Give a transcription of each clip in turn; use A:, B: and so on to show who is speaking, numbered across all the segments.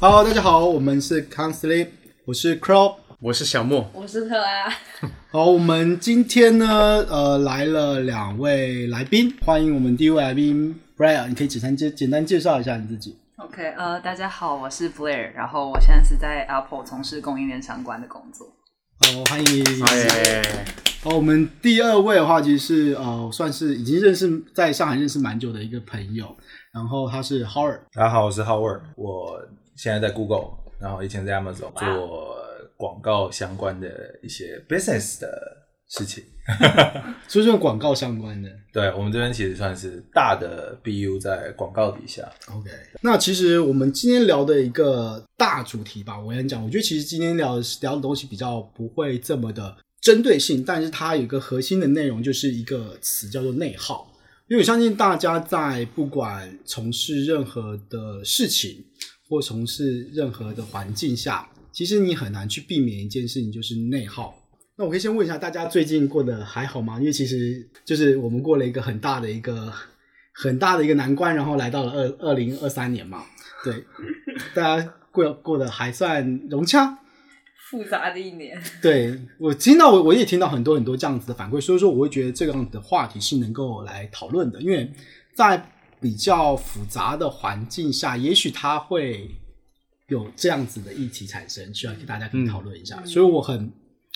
A: Hello，大家好，我们是 c o n s l e e 我是 Crow。
B: 我是小莫，
C: 我是特啊拉，
A: 好，我们今天呢，呃，来了两位来宾，欢迎我们第一位来宾 Brian，你可以简单介简单介绍一下你自己。
C: OK，呃，大家好，我是 Blair，然后我现在是在 Apple 从事供应链相关的工作。
A: 好，呃欢迎。
B: 哎，
A: 好，我们第二位的话，其实是呃，算是已经认识在上海认识蛮久的一个朋友，然后他是 Howard。
D: 大家好，我是 Howard，我现在在 Google，然后以前在 Amazon 做广告相关的一些 business 的事情。
A: 所以这种广告相关的。
D: 对我们这边其实算是大的 BU 在广告底下，
A: OK，那其实我们今天聊的一个大主题吧，我跟你讲，我觉得其实今天聊的是聊的东西比较不会这么的针对性，但是它有一个核心的内容，就是一个词叫做内耗。因为我相信大家在不管从事任何的事情，或从事任何的环境下，其实你很难去避免一件事情，就是内耗。那我可以先问一下大家最近过得还好吗？因为其实就是我们过了一个很大的一个很大的一个难关，然后来到了二二零二三年嘛，对， 大家过过得还算融洽。
C: 复杂的一年，
A: 对我听到我我也听到很多很多这样子的反馈，所以说我会觉得这样的话题是能够来讨论的，因为在比较复杂的环境下，也许它会有这样子的议题产生，需要给大家可以讨论一下。所以我很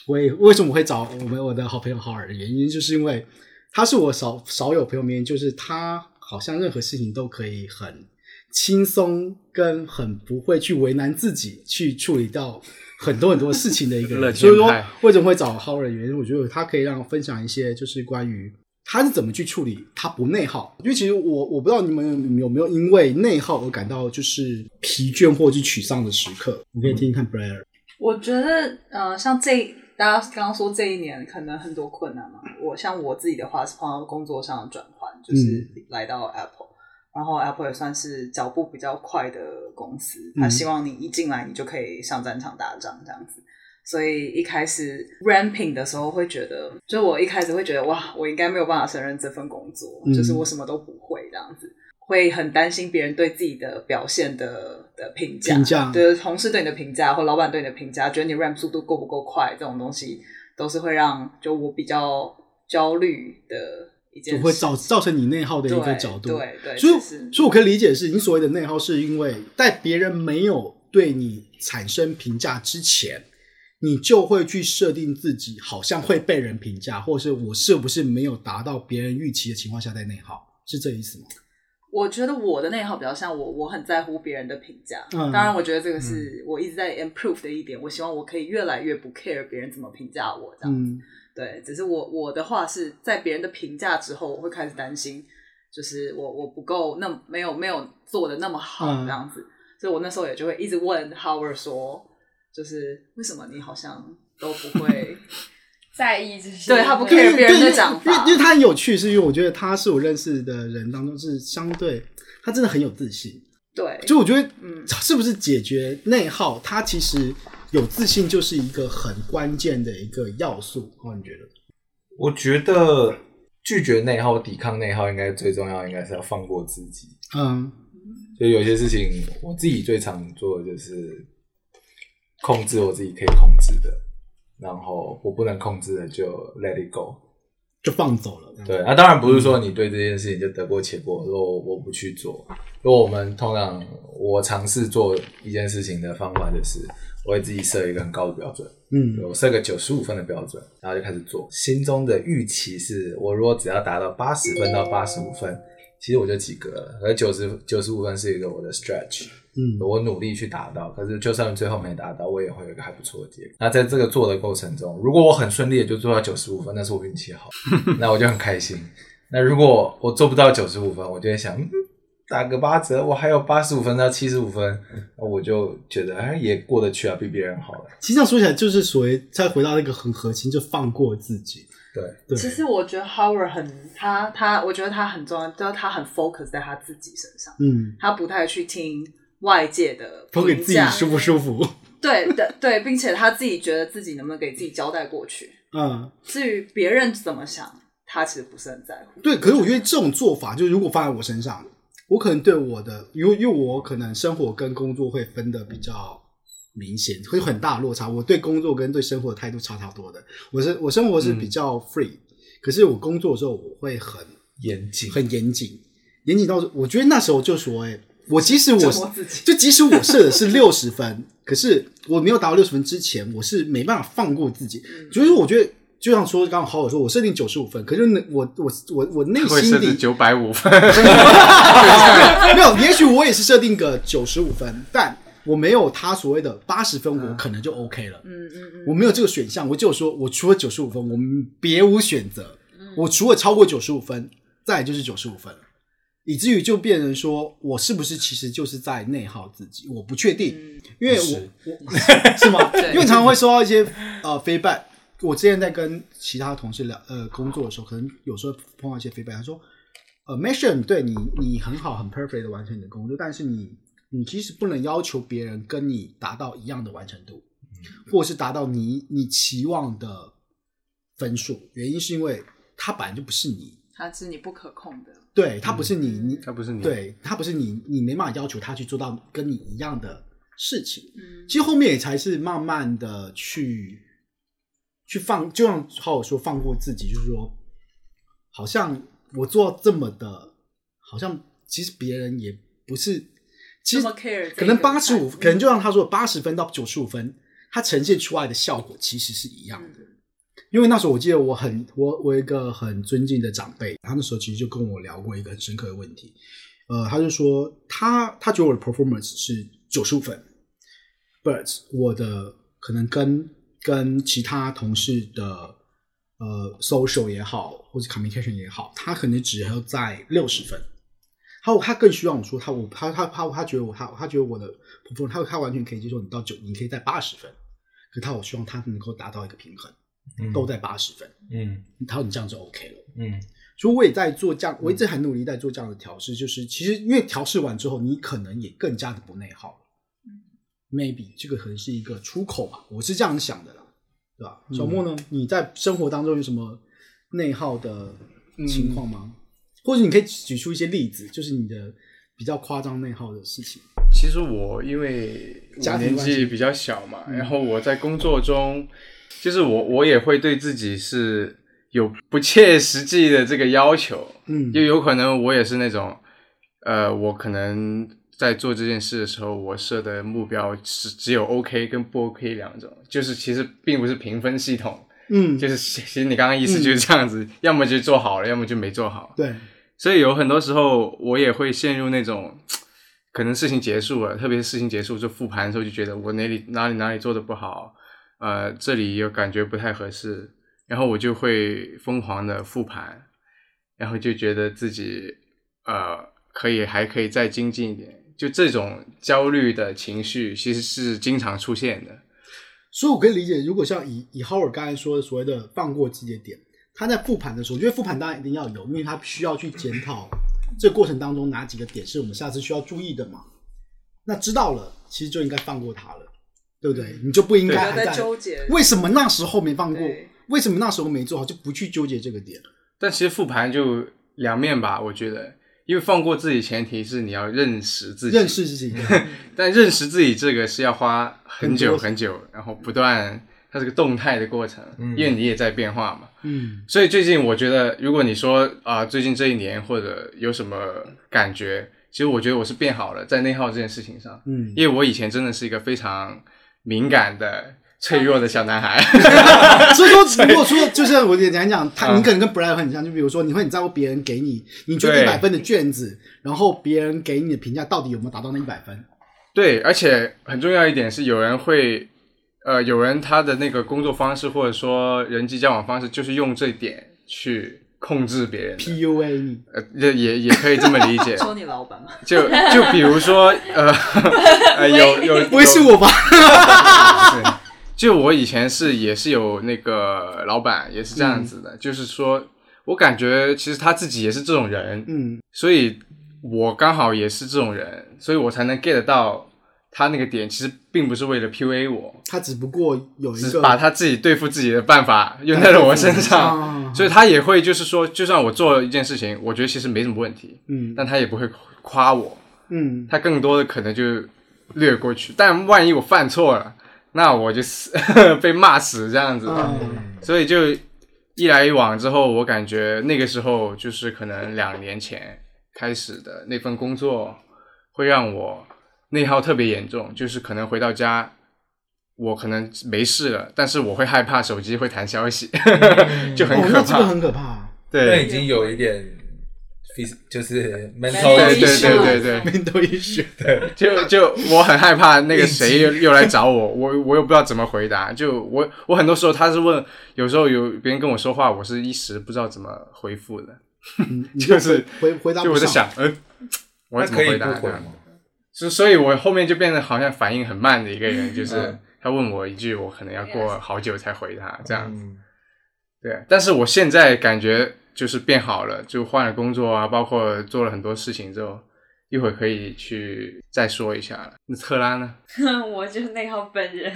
A: 我也为什么会找我们我的好朋友浩尔的原因，就是因为他是我少少有朋友里面，就是他好像任何事情都可以很轻松跟很不会去为难自己去处理到很多很多事情的 一个
B: 乐
A: 人，
B: 天
A: 所以说
B: 派
A: 为什么会找 h o w 的原因，我觉得他可以让我分享一些就是关于他是怎么去处理他不内耗，因为其实我我不知道你们有没有因为内耗而感到就是疲倦或是沮丧的时刻，你可以听听看 Blair。
C: 我觉得，呃，像这大家刚刚说这一年可能很多困难嘛，我像我自己的话是碰到工作上的转换，
A: 嗯
C: 就是来到 Apple，、然后 Apple 也算是脚步比较快的公司，他
A: 嗯
C: 希望你一进来你就可以上战场打仗这样子。所以一开始 ramping 的时候会觉得，就我一开始会觉得哇，我应该没有办法胜任这份工作，
A: 嗯
C: 就是我什么都不会这样子，会很担心别人对自己的表现的的评价，
A: 评价
C: 对同事对你的评价或老板对你的评价，觉得你 ramp 速度够不够快这种东西，都是会让就我比较焦虑的一件
A: 就
C: 事，
A: 会造造成你内耗的一个
C: 对
A: 角度。
C: 对对，
A: 所以
C: 就是
A: 所以我可以理解的是，你所谓的内耗，是因为在别人没有对你产生评价之前，你就会去设定自己好像会被人评价，或是我是不是没有达到别人预期的情况下在内耗，是这意思吗？
C: 我觉得我的内耗比较像我，我很在乎别人的评价。
A: 嗯
C: 当然，我觉得这个是我一直在 improve 的一点。我希望我可以越来越不 care 别人怎么评价我这样。
A: 嗯，
C: 对，只是我我的话是在别人的评价之后，我会开始担心，就是我我不够那没有没有做的那么好
A: 嗯
C: 这样子。所以我那时候也就会一直问 Howard 说，就是为什么你好像都不 会
E: 在意这些，
C: 对他不
A: 因为
C: care 别人的
A: 对
C: 讲
A: 因为因
C: 法
A: 为因为他很有趣，是因为我觉得他是我认识的人当中是相对他真的很有自信，
C: 对，
A: 就我觉得，
C: 嗯
A: 是不是解决内耗，它其实有自信就是一个很关键的一个要素。哦，你觉得？
D: 我觉得拒绝内耗、抵抗内耗，应该最重要应该是要放过自己。
A: 嗯
D: 就有些事情，我自己最常做的就是控制我自己可以控制的，然后我不能控制的就 let it go。
A: 就放走了。
D: 对，那、当然不是说你对这件事情就得过且过，说我我不去做。因为我们通常我尝试做一件事情的方法就是，我会自己设一个很高的标准，
A: 嗯
D: 我设个九十五分的标准，然后就开始做。心中的预期是我如果只要达到八十分到八十五分，其实我就及格了。而九十九十五分是一个我的 stretch，
A: 嗯
D: 我努力去达到，可是就算最后没达到，我也会有一个还不错的结果。那在这个做的过程中，如果我很顺利的就做到九十五分，那是我运 气好，那我就很开心。那如果我做不到九十五分，我就会想，嗯，打个八折，我还有八十五分到七十五分，那我就觉得哎也过得去啊，比别人好了。
A: 其实这样说起来，就是所谓再回到那个很核心，就放过自己。
D: 对，
A: 对，
C: 其实我觉得 Howard 很他他，我觉得他很重要，就是他很 focus 在他自己身上，
A: 嗯，
C: 他不太去听外界的
A: 投给自己
C: 评价
A: 舒不舒服？
C: 对 的对，并且他自己觉得自己能不能给自己交代过去。
A: 嗯，
C: 至于别人怎么想，他其实不是很在乎。
A: 对。可是我觉得这种做法，就是如果放在我身上，我可能对我的，因为因为我可能生活跟工作会分的比较明显，会有很大的落差。我对工作跟对生活的态度差差多的。我是我生活是比较 free，、可是我工作的时候我会很
D: 严谨，
A: 很严谨，严谨到我觉得那时候就说、哎，我即使
F: 折
A: 我
F: 磨自己
A: 就即使我设的 是六十分，可是我没有达到六十分之前，我是没办法放过自己。就是我觉得，就像说刚刚好好说，我设定九十五分，可是那我我我我内
B: 会设
A: 心
B: 置
A: 里
B: 九百五分，
A: 没有，也许我也是设定个九十五分，但我没有他所谓的八十分，我可能就 OK 了。
F: 嗯嗯嗯，
A: 我没有这个选项，我就说我除了九十五分，我们别无选择。我除了超过九十五分，再来就是九十五分了，以至于就变成说我是不是其实就是在内耗自己，我不确定，因为我
D: 是
A: 我 是吗？
F: 对
A: 因为常常会收到一些呃 feedback。我之前在跟其他同事聊呃工作的时候，可能有时候碰到一些 feedback，他说呃 m a s h o n 对你你很好很 perfect 的完成你的工作，但是你你其实不能要求别人跟你达到一样的完成度。或是达到你你期望的分数，原因是因为它本来就不是你，
F: 它是你不可控的，
A: 对，它不是你，你
B: 他不是你，
A: 对，它不是你，你没办法要求他去做到跟你一样的事情。
F: 嗯
A: 其实后面也才是慢慢的去去放，就像好好说放过自己，就是说，好像我做到这么的，好像其实别人也不是，其实
F: 这么 care
A: 可能
F: 这个
A: 八十五，
F: 看
A: 可能就像他说八十分到九十五分，它呈现出来的效果其实是一样的。
F: 嗯
A: 因为那时候我记得我很我我有一个很尊敬的长辈，他那时候其实就跟我聊过一个很深刻的问题，呃，他就说他他觉得我的 performance 是九十五分，but 我的可能跟跟其他同事的呃 social 也好，或者 communication 也好，他可能只要在六十分。他他更希望我说他我他他他他觉得我他他觉得我的 performance 他他完全可以接受你到九，你可以在八十分，可他我希望他能够达到一个平衡。
D: 嗯
A: 都在八十分，
D: 嗯
A: 然后你这样就 OK 了。
D: 嗯
A: 所以我也在做这样，我一直很努力在做这样的调试，就是其实因为调试完之后，你可能也更加的不内耗了。Maybe 这个可能是一个出口吧，我是这样想的啦，对吧？小莫呢？你在生活当中有什么内耗的情况吗？或者你可以举出一些例子，就是你的比较夸张内耗的事情。
B: 其实我因为
A: 家
B: 我
A: 庭
B: 年
A: 关系嗯
B: 纪比较小嘛，然后我在工作中，就是我我也会对自己是有不切实际的这个要求，
A: 嗯
B: 也有可能我也是那种，呃，我可能在做这件事的时候，我设的目标是只有 OK 跟不 OK 两种，就是其实并不是评分系统，
A: 嗯，
B: 就是其其实你刚刚意思就是这样子，要么就做好了，要么就没做好。
A: 对，
B: 所以有很多时候我也会陷入那种，可能事情结束了，特别是事情结束就复盘的时候，就觉得我哪里哪里哪里做的不好，呃，这里又感觉不太合适，然后我就会疯狂的复盘，然后就觉得自己呃可以还可以再精进一点，就这种焦虑的情绪其实是经常出现的。
A: 所以我可以理解，如果像以以 Howard 刚才说的所谓的放过季节点，他在复盘的时候，我觉得复盘当然一定要有，因为他需要去检讨这过程当中哪几个点是我们下次需要注意的嘛。那知道了，其实就应该放过他了，对不对？你就不应
F: 不
A: 该
F: 要
A: 还
F: 再
A: 在
F: 纠结，
A: 为什么那时候没放过
F: 对，，
A: 为什么那时候没做好，就不去纠结这个点。
B: 但其实复盘就两面吧，我觉得，因为放过自己前提是你要认识自己，
A: 认识自己，对
B: 但认识自己这个是要花很
A: 很
B: 久
A: 多
B: 很久，然后不断，它是个动态的过程，
D: 嗯
B: 因为你也在变化嘛。
A: 嗯
B: 所以最近我觉得，如果你说啊、最近这一年或者有什么感觉，其实我觉得我是变好了，在内耗这件事情上，
A: 嗯，
B: 因为我以前真的是一个非常敏感的、脆弱的小 男孩。
A: 所以说，如果说就像我讲讲，
B: 嗯
A: 他你可能跟 Brad 很像，就比如说你会很在乎别人给你，你觉得一
B: 对
A: 百分的卷子，然后别人给你的评价到底有没有达到那一百分？
B: 对，而且很重要一点是，有人会，呃，有人他的那个工作方式或者说人际交往方式，就是用这点去控制别人的。
A: PUA 你，
B: 呃，也也也可以这么理解
F: 说你老板嘛，
B: 就就比如说，呃，呃有有啊
A: 不会是我吧？
B: 对，就我以前是也是有那个老板也是
A: 嗯
B: 这样子的，就是说我感觉其实他自己也是这种人，
A: 嗯
B: 所以我刚好也是这种人，所以我才能 get 到他那个点其实并不是为了 PUA 我，
A: 他只不过有一
B: 只
A: 个
B: 是把他自己对付自己的办法用在了我身上，
A: 啊
B: 所以他也会就是说，就算我做了一件事情，我觉得其实没什么问题，
A: 嗯
B: 但他也不会夸我，
A: 嗯，
B: 他更多的可能就略过去。但万一我犯错了，那我就死 被骂死这样子。
A: 嗯
B: 所以就一来一往之后，我感觉那个时候就是可能两年前开始的那份工作，会让我内耗特别严重，就是可能回到家。我可能没事了，但是我会害怕手机会弹消息， 就很
A: 哦，
B: 可
A: 那这
B: 怕。
A: 个很可怕，
D: 那
B: 对
D: 已经有一点 phys 就是
F: 哎
D: mental
B: 对对对
D: issue
B: 对对，
A: 面都一血，
B: 就就我很害怕那个谁又又来找我， 我我又不知道怎么回答。就我我很多时候他是问，有时候有别人跟我说话，我是一时不知道怎么回复的，
A: 嗯你
B: 就是
A: 回回答
B: 就
A: 不
B: 我在
A: 上。
B: 想，呃，我
D: 那
B: 要怎么
D: 可以
B: 回
D: 不
B: 答
D: 回
B: 这样
D: 吗？
B: 所所以，我后面就变得好像反应很慢的一个 人，就是
D: 嗯
B: 他问我一句，我可能要过好久才回他这样子。
D: 嗯
B: 对，但是我现在感觉就是变好了，就换了工作啊，包括做了很多事情之后，一会儿可以去再说一下了。那特拉呢？
G: 我就是内耗本人。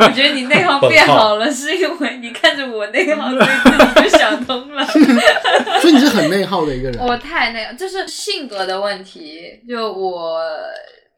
G: 我觉得你内耗变好了，是因为你看着我内耗，所以自己就想通了。
A: 所以你是很内耗的一个人。
G: 我太那个，这是性格的问题。就我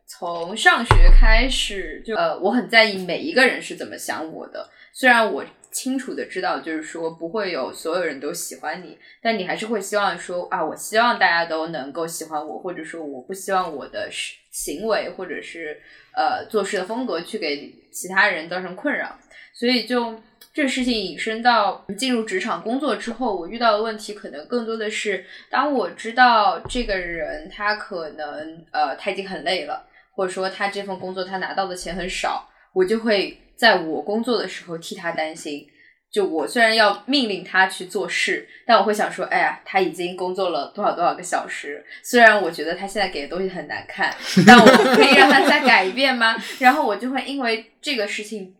G: 从上学开始，就呃，我很在意每一个人是怎么想我的。虽然我清楚的知道，就是说不会有所有人都喜欢你，但你还是会希望说啊，我希望大家都能够喜欢我，或者说我不希望我的是行为或者是呃做事的风格去给其他人造成困扰。所以就这事情引申到进入职场工作之后，我遇到的问题可能更多的是，当我知道这个人他可能呃他已经很累了，或者说他这份工作他拿到的钱很少，我就会在我工作的时候替他担心。就我虽然要命令他去做事，但我会想说，哎呀，他已经工作了多少多少个小时，虽然我觉得他现在给的东西很难看，但我可以让他再改变吗？然后我就会因为这个事情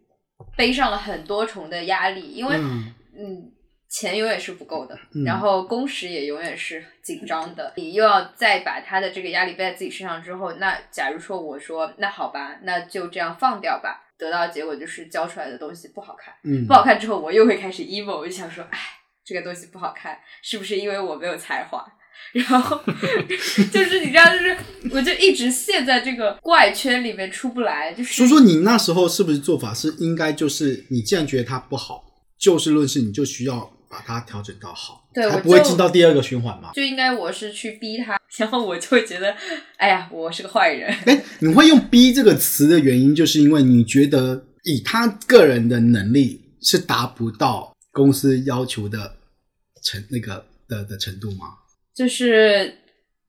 G: 背上了很多重的压力，因为
A: 嗯
G: 嗯，钱永远是不够的，
A: 嗯
G: 然后工时也永远是紧张的，你又要再把他的这个压力背在自己身上之后，那假如说我说那好吧，那就这样放掉吧，得到的结果就是教出来的东西不好看，
A: 嗯
G: 不好看之后我又会开始 emo，我就想说，哎，这个东西不好看，是不是因为我没有才华？ 然 后就是你知道，就是我就一直陷在这个怪圈里面出不来，就是
A: 说说你那时候是不是做法是应该就是你既然觉得它不好，就事论事，你就需要把它调整到好，
G: 对我
A: 才不会
G: 就
A: 进到第二个循环嘛。
G: 就应该我是去逼他，然后我就会觉得，哎呀，我是个坏人。
A: 哎，你会用“逼”这个词的原因，就是因为你觉得以他个人的能力是达不到公司要求的程那个的的程度吗？
G: 就是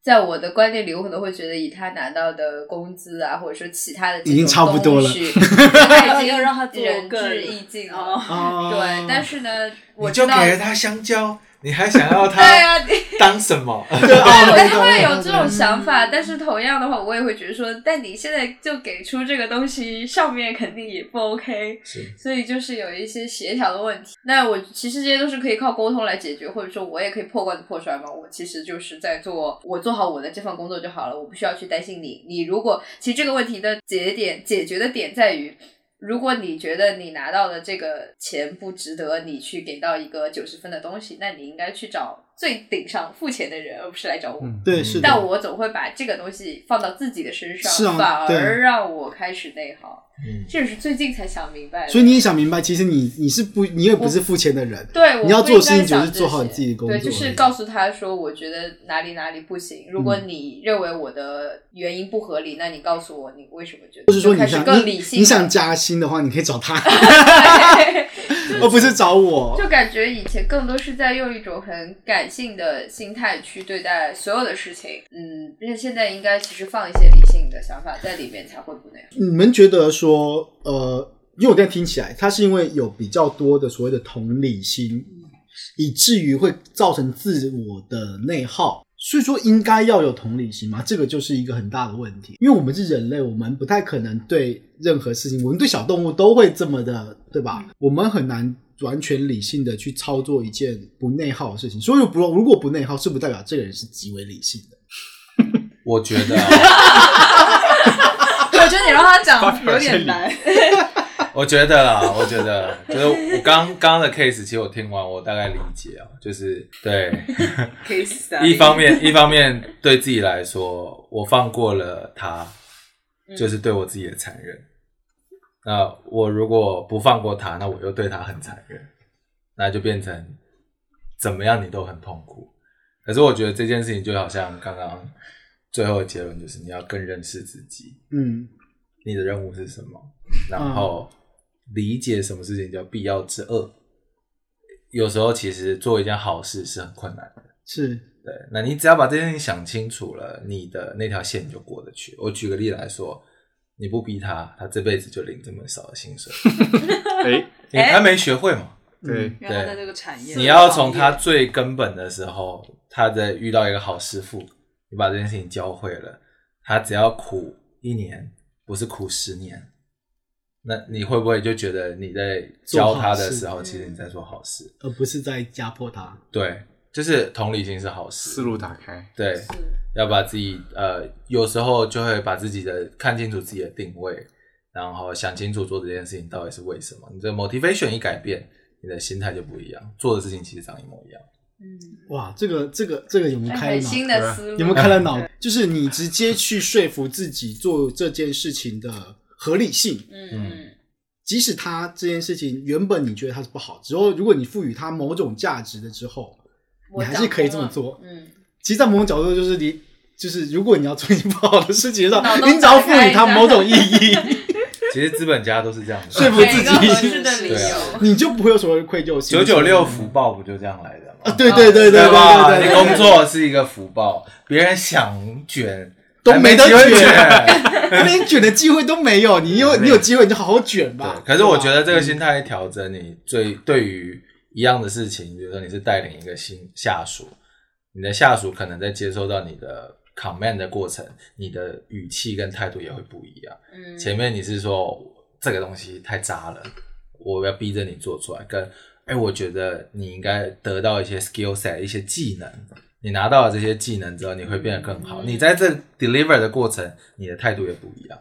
G: 在我的观念里，我可能会觉得以他拿到的工资啊，或者说其他的这种
A: 已经差不多了
G: 东西他已
F: 要
G: 经
F: 让他做
G: 仁
F: 更
G: 至义尽了
F: 哦。
A: 啊
G: 对，但是呢，我
D: 你
G: 知
D: 就给
G: 道，
D: 了他香蕉，你还想要
G: 对
D: 他
G: 啊，你
D: 当什么？
A: 对啊，
G: 我
A: 对
G: 就会有
A: 对
G: 这
A: 对
G: 种想法，但是同样的话，我也会觉得说，但你现在就给出这个东西，上面肯定也不 OK，
D: 是
G: 所以就是有一些协调的问题。那我其实这些都是可以靠沟通来解决，或者说我也可以破罐子破摔嘛。我其实就是在做，我做好我的这份工作就好了，我不需要去担心你。你如果其实这个问题的解点解决的点在于。如果你觉得你拿到的这个钱不值得你去给到一个九十分的东西，那你应该去找最顶上付钱的人，而不是来找我。
A: 对是
G: 但
A: 的，
G: 我总会把这个东西放到自己的身
A: 是
G: 上，
A: 啊
G: 反
A: 对
G: 而让我开始内耗。
D: 嗯
G: 这是最近才想明白的。
A: 所以你也想明白，其实你你是不你也不是付钱的人，
G: 对，我
A: 你要
G: 不
A: 做
G: 应
A: 事
G: 该
A: 情就是
G: 想
A: 做好
G: 这
A: 你自己的
G: 些
A: 工
G: 对，就
A: 作
G: 是告诉他说，我觉得哪里哪里不行。
A: 嗯
G: 如果你认为我的原因不合理，那你告诉我你为什么觉
A: 或
G: 得。
A: 者说
G: 就开
A: 你
G: 始
A: 想
G: 更
A: 你
G: 理性了，
A: 你想加薪的话，你可以找他，
G: 对，
A: 而不是找我。
G: 就感觉以前更多是在用一种很感性的心态去对待所有的事情。嗯，但是现在应该其实放一些理性的想法在里面，才会不那样。
A: 你们觉得说，呃，因为我这样听起来，他是因为有比较多的所谓的同理心，以至于会造成自我的内耗。所以说，应该要有同理心嘛，这个就是一个很大的问题。因为我们是人类，我们不太可能对任何事情，我们对小动物都会这么的，对吧？我们很难完全理性的去操作一件不内耗的事情。所以不，如果不内耗，是不代表这个人是极为理性的。
D: 我觉得啊，
G: 我觉得你让他讲
B: 发表
F: 有
B: 一些
F: 点
B: 理
F: 难。
D: 我觉得啦，我觉得，啊就是我刚刚刚的 case，其实我听完我大概理解啊，就是对，
F: case study
D: 一方面一方面对自己来说，我放过了他，就是对我自己的残忍。那我如果不放过他，那我又对他很残忍，那就变成怎么样你都很痛苦。可是我觉得这件事情就好像刚刚最后的结论，就是你要更认识自己。
A: 嗯
D: 你的任务是什么，然后理解什么事情叫必要之恶。有时候其实做一件好事是很困难的，
A: 是
D: 对。那你只要把这件事情想清楚了，你的那条线就过得去。我举个例来说，你不逼他，他这辈子就领这么少的 薪水，
B: 哎，
D: 因为他没学会嘛。
A: 嗯
B: 对，
F: 让他在这个产业，
D: 你要从他最根本的时候，他在遇到一个好师傅，你把这件事情教会了，他只要苦一年，不是苦十年，那你会不会就觉得你在教他的时候，
G: 做好事
D: 其
F: 嗯
D: 实你在做好事？
A: 而不是在压迫他。
D: 对，就是同理心是好事，
B: 思路打开，
D: 对，要把自己呃，有时候就会把自己的看清楚自己的定位，然后想清楚做这件事情到底是为什么。你这 motivation 一改变，你的心态就不一样，做的事情其实长一模一样。
G: 嗯，
A: 哇，这个这个这个有没有开
G: 很
A: 脑？
G: 新
B: 对
G: 的
B: 吧
G: 思路，
A: 有没有开了脑？就是你直接去说服自己做这件事情的合理性，
G: 嗯嗯
A: 即使他这件事情原本你觉得它是不好，之后如果你赋予它某种价值了之后，
G: 我
A: 你还
G: 掌
A: 是可以
G: 控
A: 这么
G: 了
A: 做
G: 嗯，
A: 其实，在某种角度就是你，就是如果你要做一件不好的事情上
G: 脑，洞
A: 你只要赋予
G: 打
A: 它
G: 开
A: 某种意义，
D: 其实资本家都是这样 的，
A: 说服
G: 给
A: 自
G: 一个合
A: 己，
G: 适的理
F: 对
G: 由
F: 啊。
A: 你就不会有所谓的愧疚心。
D: 九九六福报不就这样来的
A: 啊，
D: 吗？
A: 对对对对
D: 吧？
A: 对对
D: 你工作是一个福报，别人想卷
A: 都
D: 还
A: 没
D: 没
A: 得
D: 机会
A: 卷。对，连卷的机会都没有，你有你有机会你就好好卷
D: 对
A: 吧。，
D: 可是我觉
A: 对吧
D: 得这个心态一调整，你最对于一样的事情，比如说你是带领一个新下属，你的下属可能在接收到你的 command 的过程，你的语气跟态度也会不一样。
G: 嗯，
D: 前面你是说这个东西太渣了，我要逼着你做出来，跟哎、我觉得你应该得到一些 skill set，一些技能。你拿到了这些技能之后，你会变得更好。
G: 嗯
D: 你在这 deliver 的过程，你的态度也不一样。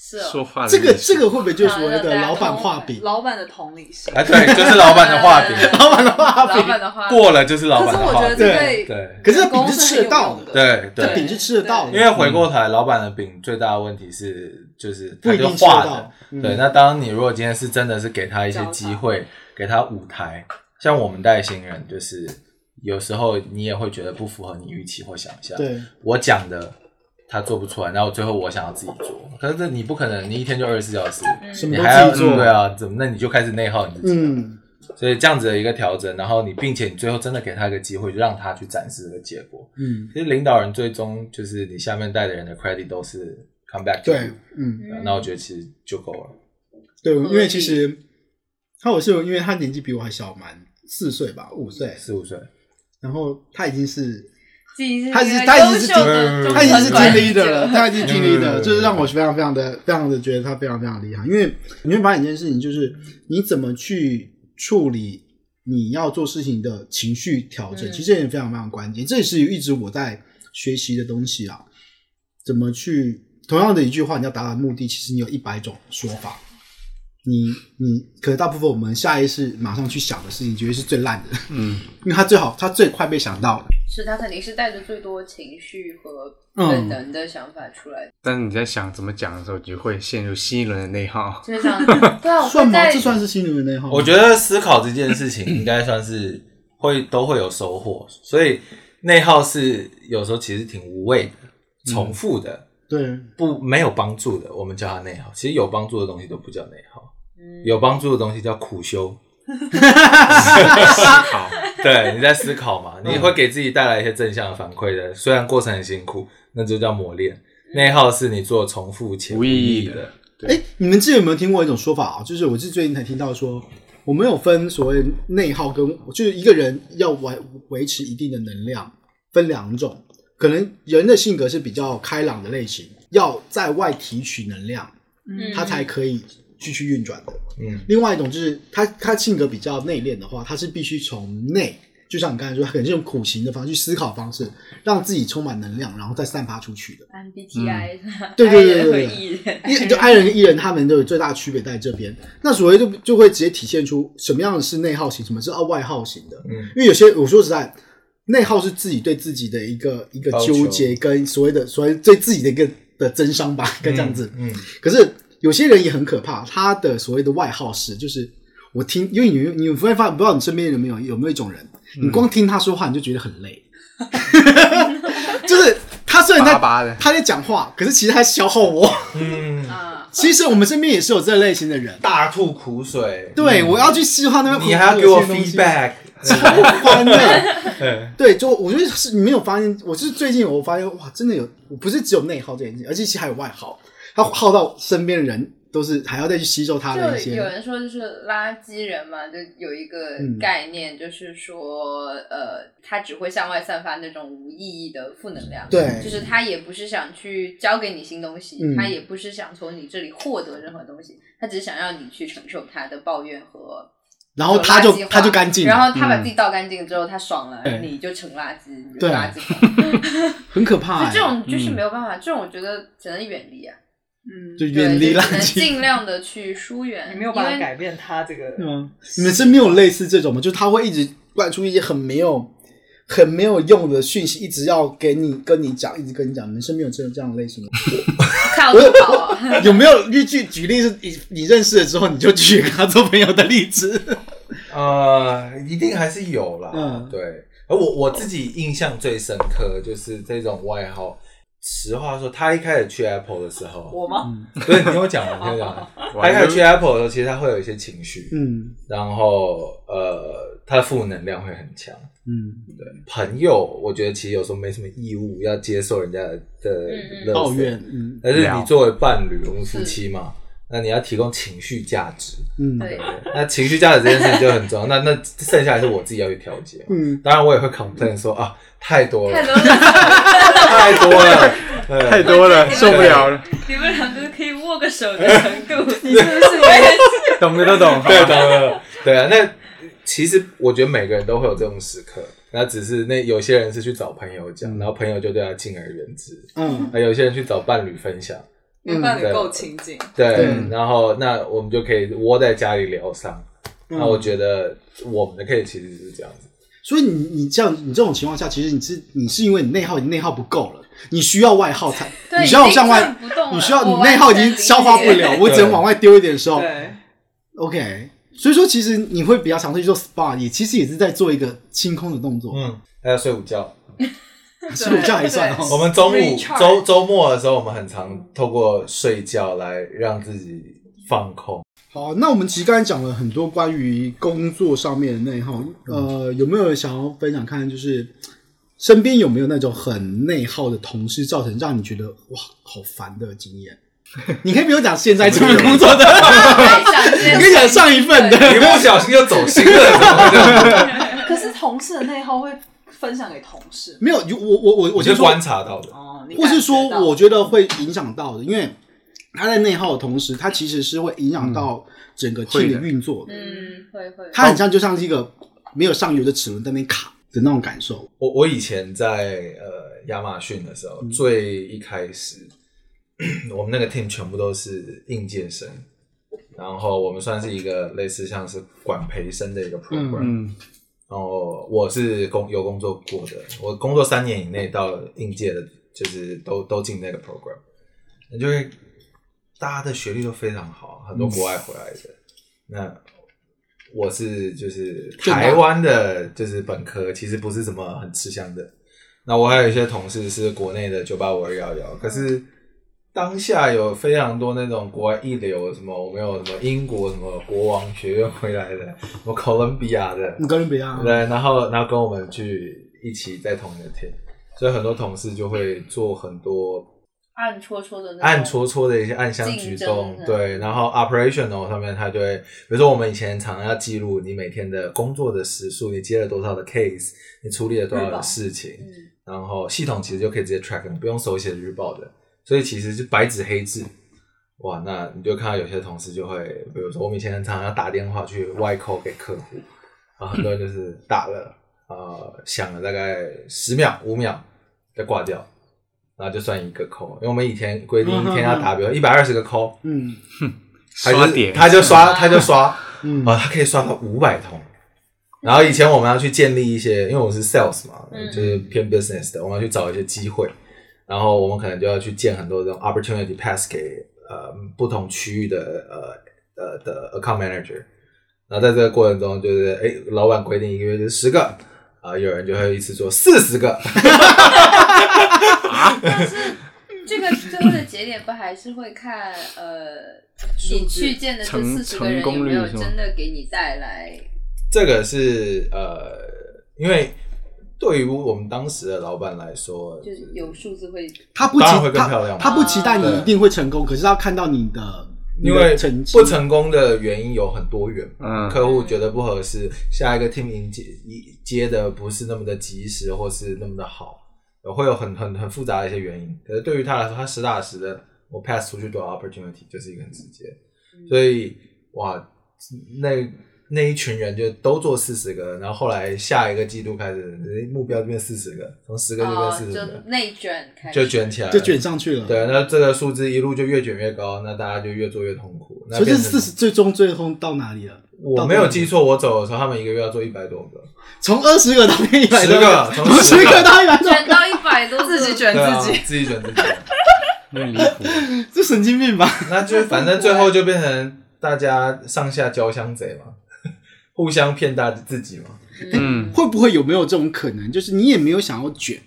G: 是哦
B: 说话的
A: 这个
B: 艺术
A: 这个会不会就是所谓的老板画饼？
F: 老板的同理心。
D: 哎，对，就是老板的画饼，
A: 老板的画
G: 老
A: 饼，
G: 板的话，
D: 过了就是老
F: 可
D: 板
F: 是
D: 的
F: 我
D: 画
F: 觉得
D: 饼。
F: 这
A: 对
F: 对
D: 对
A: 可是这饼是吃得到的，
D: 对
A: 这
D: 对
A: 饼，是吃得到
F: 对
A: 的，
D: 因为回过头来，老板的饼最大的问题是，就是
A: 不
D: 他
A: 一
D: 就
A: 定吃
D: 画
A: 得
D: 的
A: 到。。嗯
D: 对，那当你如果今天是真的是给他一些机会，给他舞台，像我们带新人，就是有时候你也会觉得不符合你预期或想象。
A: 对，
D: 我讲的他做不出来，然后最后我想要自己做，可是这你不可能，你一天就二十四小时，
A: 什么
D: 你
A: 都
D: 还要
A: 自己做
D: 嗯对啊，怎么那你就开始内耗你自己了。
A: 嗯，
D: 所以这样子的一个调整，然后你并且你最后真的给他一个机会，就让他去展示这个结果。
A: 嗯，
D: 其实领导人最终就是你下面带的人的 credit 都是 come back to
A: 对
D: you，，
A: 嗯，
G: 嗯
D: 那我觉得其实就够了。
A: 对，
G: 合理
A: 因为其实他我室友，因为他年纪比我还小蛮四岁吧，五岁，
D: 四五岁，
A: 然后他已经是
G: 自己是
A: 他已
G: 一
A: 经
G: 个
A: 他已
G: 优
A: 经是
G: 秀的
D: 嗯
G: 中
A: 他已经是
G: 层
A: team
G: 管理
A: leader
G: 者
A: 了， 他已经是 team leader，
D: 嗯
A: 就是让我非常非常的非常的觉得他非常非常厉害，因为你会发现一件事情，就是你怎么去处理你要做事情的情绪调整，
G: 嗯
A: 其实这点非常非常关键，这也是一直我在学习的东西啊，怎么去同样的一句话，你要达到的目的，其实你有一百种说法。你你，可能大部分我们下意识马上去想的事情，绝对是最烂的，
B: 嗯，
A: 因为它最好，它最快被想到的。
G: 是他肯定是带着最多情绪和
A: 嗯
G: 本能的想法出来的，
B: 但是你在想怎么讲的时候，你就会陷入新一轮的内耗。
G: 就是想，对啊，我
A: 算
G: 会
A: 吗？
G: 在
A: 这算是心灵的内耗吗。
D: 我觉得思考这件事情应该算是会都会有收获，所以内耗是有时候其实挺无谓的、重复的、
A: 对，
D: 不没有帮助的，我们叫它内耗。其实有帮助的东西都不叫内耗，
G: 嗯
D: 有帮助的东西叫苦修。
B: 好，
D: 对，你在思考嘛，你会给自己带来一些正向的反馈的。虽然过程很辛苦，那就叫磨练。内耗是你做重复且
B: 无意义
D: 的
B: 的，
A: 哎、你们之前有没有听过一种说法啊？就是我是最近才听到说，我们有分所谓内耗跟，就是一个人要维维持一定的能量，分两种。可能人的性格是比较开朗的类型，要在外提取能量，
G: 嗯
A: 他才可以继续运转的。
D: 嗯，
A: 另外一种就是他他性格比较内敛的话，他是必须从内就像你刚才说，他可能是用苦行的方式去思考方式，让自己充满能量，然后再散发出去的。
G: MBTI，、
A: 嗯 对对对对对
G: 对对
A: 一就 I 人跟 E 人，他们都有最大的区别在这边。那所谓就就会直接体现出什么样的是内耗型，什么是啊外耗型的。
D: 嗯，
A: 因为有些我说实在，内耗是自己对自己的一个一个
D: 要求
A: 纠结，跟所谓的所谓对自己的一个的真伤吧，跟这样子。
D: 嗯，
A: 可是有些人也很可怕，他的所谓的外号是，就是我听，因为你你会发现，不知道你身边有没有有没有一种人，你光听他说话你就觉得很累，就是他虽然在
B: 巴巴的
A: 他在讲话，可是其实他在消耗我。
D: 嗯，
G: 啊，
A: 其实我们身边也是有这类型的人，
D: 大吐苦水，
A: 对我要去消化那边，
D: 你还要给
A: 有
D: 我
A: 些东西
D: feedback，
A: 超欢的。
D: 嗯
A: 对，就我觉得是你没有发现，我是最近我发现哇，真的有，我不是只有内耗这件事情，而且其实还有外耗，他耗到身边的人都是还要再去吸收他的一
G: 就
A: 些。
G: 有人说就是垃圾人嘛，就有一个
A: 嗯
G: 概念，就是说、呃，他只会向外散发那种无意义的负能量，
A: 对
G: 就是他也不是想去教给你新东西，
A: 哎嗯
G: 他也不是想从你这里获得任何东西，他只是想让你去承受他的抱怨和。
A: 然后他就
G: 垃圾话
A: 他就干净了，嗯
G: 然后他把自己倒干净之后，他爽了，
A: 对
G: 你就成垃圾，你就
A: 对
G: 垃圾 桶。
A: 很可怕、
G: 就
A: 欸。
G: 这种就是没有办法，这种我觉得只能远离啊，
F: 嗯，
A: 就
F: 对，
A: 远
G: 对
A: 离
G: 就
A: 垃
G: 只能
A: 圾，
G: 尽量的去疏远，
F: 你没有办
G: 因
F: 法
G: 为
F: 改变他这个
A: 对吗？你们身边有类似这种吗？就是他会一直灌输一些很没有、很没有用的讯息，一直要给你跟你讲，一直跟你讲。你们身边有这种这样的类型 吗？
G: 靠就 跑啊。
A: 有没有例句？举例是你你认识了之后，你就去跟他做朋友的例子？
D: 呃，一定还是有啦。
A: 嗯
D: 对。而我我自己印象最深刻就是这种外号。实话说，他一开始去 Apple 的时候，
F: 我吗？
A: 嗯
D: 对，你听我讲完，听我讲完。他一开始去 Apple 的时候，其实他会有一些情绪，
A: 嗯
D: 然后呃，他的负能量会很强。
A: 嗯，
D: 朋友，我觉得其实有时候没什么义务要接受人家的的
G: 嗯嗯
D: 垃圾
A: 抱怨，，嗯
D: 但是
B: 聊
D: 你作为伴侣，我们夫妻嘛，那你要提供情绪价值。
A: 嗯
G: 对，
D: 那情绪价值这件事情就很重要。那那剩下还是我自己要去调节嘛。
A: 嗯，
D: 当然，我也会 complain 说啊，太多
G: 太
D: 了，太
G: 多了，
D: 多了，
B: 太
D: 对，
B: 多了，受不了了，
G: 你们两个可以握个手的程度，你是不是
B: 懂的都懂。
D: 对，懂了，对啊。那其实我觉得每个人都会有这种时刻，那只是那有些人是去找朋友
B: 嗯
D: 讲，然后朋友就对他敬而远之；啊
A: 嗯
D: 那有些人去找伴侣分享，
F: 没办法
D: 对
F: 够亲近，
D: 对，
A: 对
D: 然后那我们就可以窝在家里疗伤。
A: 嗯
D: 那我觉得我们的 case 其实是这样子，
A: 所以你你这样你这种情况下，其实你是你是因为你内耗已经内耗不够了，你需要外耗才，
G: 对
A: 你需要向
G: 已
A: 外
G: 经转不动，了
A: 你需要你
G: 我
A: 内耗已
G: 完
A: 经
G: 全
A: 消化不
G: 理解
A: 了，我只能往外丢一点的时候
F: 对，
A: ，OK。所以说，其实你会比较常去做 SPA，也其实也是在做一个清空的动作，
D: 嗯，还要睡午觉。
A: 睡午觉也算
D: 我
A: 哦。
D: 们中午
G: Recharge
D: 周周末的时候，我们很常透过睡觉来让自己放空。
A: 好，那我们其实刚才讲了很多关于工作上面的内耗，呃，有没有想要分享看，就是身边有没有那种很内耗的同事，造成让你觉得哇好烦的经验？你可以不用讲现在这份工作的，
G: 我
A: 你可以讲上一份的。
D: 你不小心就走心了，
F: 可是同事的内耗会分享给同事，
A: 没有，就我我我
D: 我
A: 我
D: 就
A: 先
D: 观
A: 说，
D: 察到的。
F: 哦，你
A: 或嗯是说，
F: 感觉到
A: 我觉得会影响到的，因为他在内耗的同时，他其实是会影响到整个 team
B: 会
A: 的
B: 的
A: 运作的。
G: 嗯，会会，
A: 他很像就像是一个没有上游的齿轮在那边卡的那种感受。
D: 我我以前在呃亚马逊的时候，最一开始， 我们那个 team 全部都是应届生，然后我们算是一个类似像是管培生的一个 program，、
B: 嗯，
D: 然后我是工有工作过的，我工作三年以内到应届的，就是都都进那个 program，那就会大家的学历都非常好，很多国外回来的。那我是就是
A: 正大
D: 台湾的，就是本科，其实不是什么很吃香的。那我还有一些同事是国内的九八五二幺幺，可是当下有非常多那种国外一流，什么我们有什么英国什么国王学院回来的，什么哥伦比亚的，
A: 你哥伦比亚，啊
D: 对，然后然后跟我们去一起在同一个 team，所以很多同事就会做很多
G: 暗戳戳的那种
D: 暗戳戳的一些暗箱举动
G: 竞争，
D: 对，然后 operational 上面他就会，比如说我们以前常要记录你每天的工作的时数，你接了多少的 case，你处理了多少
F: 日报
D: 的事情，
G: 嗯
D: 然后系统其实就可以直接 track，你不用手写日报的，所以其实是白纸黑字。哇，那你就看到有些同事就会，比如说我们以前很常要打电话去外扣给客户，然后很多人就是打了，呃想了大概十秒五秒再挂掉，然后就算一个扣，因为我们以前规定一天要打比如一百二十个扣，
A: 嗯
D: 他就
B: 刷点，
D: 他就刷，他就刷，
A: 嗯
D: 啊，他可以刷到五百通。然后以前我们要去建立一些，因为我是 sales 嘛，
G: 嗯
D: 就是偏 business 的，我们要去找一些机会，然后我们可能就要去建很多这种 opportunity pass 给呃不同区域的呃呃的 account manager。然后在这个过程中，就是哎，老板规定一个月就十个，啊、有人就会一次做四十个，
G: 但是这个最后的节点不还是会看呃，你去见的这
B: 成
G: 四十个人有
B: 成功率
G: 没有
B: 是吗
G: 真的给你带来？
D: 这个是呃，因为对于我们当时的老板来说，
G: 就是有数字会，
A: 他不期
D: 当然会更漂
A: 他
D: 亮
A: 他不期待
D: 对
A: 你一定会成功，可是他看到你的
D: 因为
A: 你的成绩
D: 不成功的原因有很多元，
B: 嗯
D: 客户觉得不合适，下一个 team 迎接迎接的不是那么的及时，或是那么的好，会有很很很复杂的一些原因。可是对于他来说，他实打实的，我 pass 出去多少 opportunity 就是一个很直接，所以哇，那那一群人就都做四十个，然后后来下一个季度开始，目标就变四十个，从十个就变
G: 哦
D: 四，十
G: 就
D: 个，
G: 内卷开始，
D: 就卷起来了，
A: 就卷上去了。
D: 对，那这个数字一路就越卷越高，那大家就越做越痛苦。那
A: 所以这
D: 变成
A: 四十最终最后到哪里了？
D: 我没有记错，我走的时候他们一个月要做一百多个，
A: 从二十个到一百
D: 10个
A: 从
D: 从10
A: 十
D: 个
A: 个到一百多
G: 卷
A: 个，
G: 到一百多，
F: 自己卷
D: 对啊
F: 自己，
D: 自己卷自己。
B: 那离谱，
A: 这神经病吧？
D: 那就反正最后就变成大家上下交相贼嘛， 互相骗大自己嘛。
B: 嗯，
A: 会不会有没有这种可能？就是你也没有想要卷，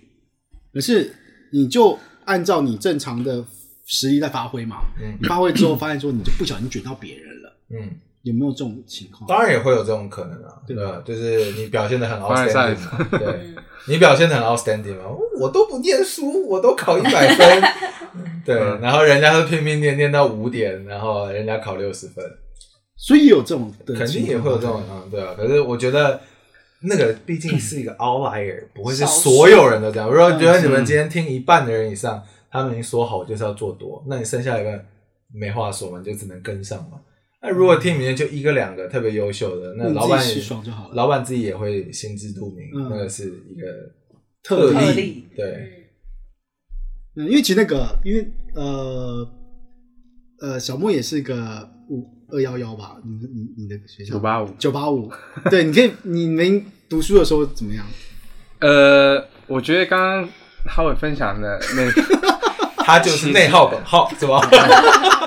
A: 可是你就按照你正常的实力在发挥嘛。
D: 嗯
A: 你发挥之后发现说你就不小心卷到别人了，
D: 嗯，
A: 有没有这种情况？
D: 当然也会有这种可能啊，
A: 对
D: 对吧？就是你表现的很
B: 凡尔赛
D: outstanding，嘛对，你表现的很 outstanding 嘛，我都不念书，我都考一百分， 对，
B: 嗯
D: 然后人家都拼拼念念到五点，然后人家考六十分，
A: 所以有这种的情况，
D: 肯定也会有这种嗯，对啊。可是我觉得那个毕竟 是一个 outlier，不会是所有人都这样。如
A: 嗯
D: 果觉得你们今天听一半的人以上，他们已经说好就是要做多，那你剩下一个没话说嘛，你就只能跟上嘛。那
A: 嗯
D: 如果 team 里面就一个两个特别优秀的，那
A: 你
D: 老板
A: 自己
D: 也
A: 去爽就好了
D: 老板自己也会心知肚明，
A: 嗯
D: 那个是一个
A: 特
F: 例
D: 例，对，
G: 嗯
A: 嗯，因为其实那个，因为呃呃，小莫也是个五二幺幺吧，你你你的学校
B: 985
A: 九八五，对，你可以，你们读书的时候怎么样？
B: 呃，我觉得刚刚浩伟分享的那 个。
D: 他就是内耗本耗，是吧？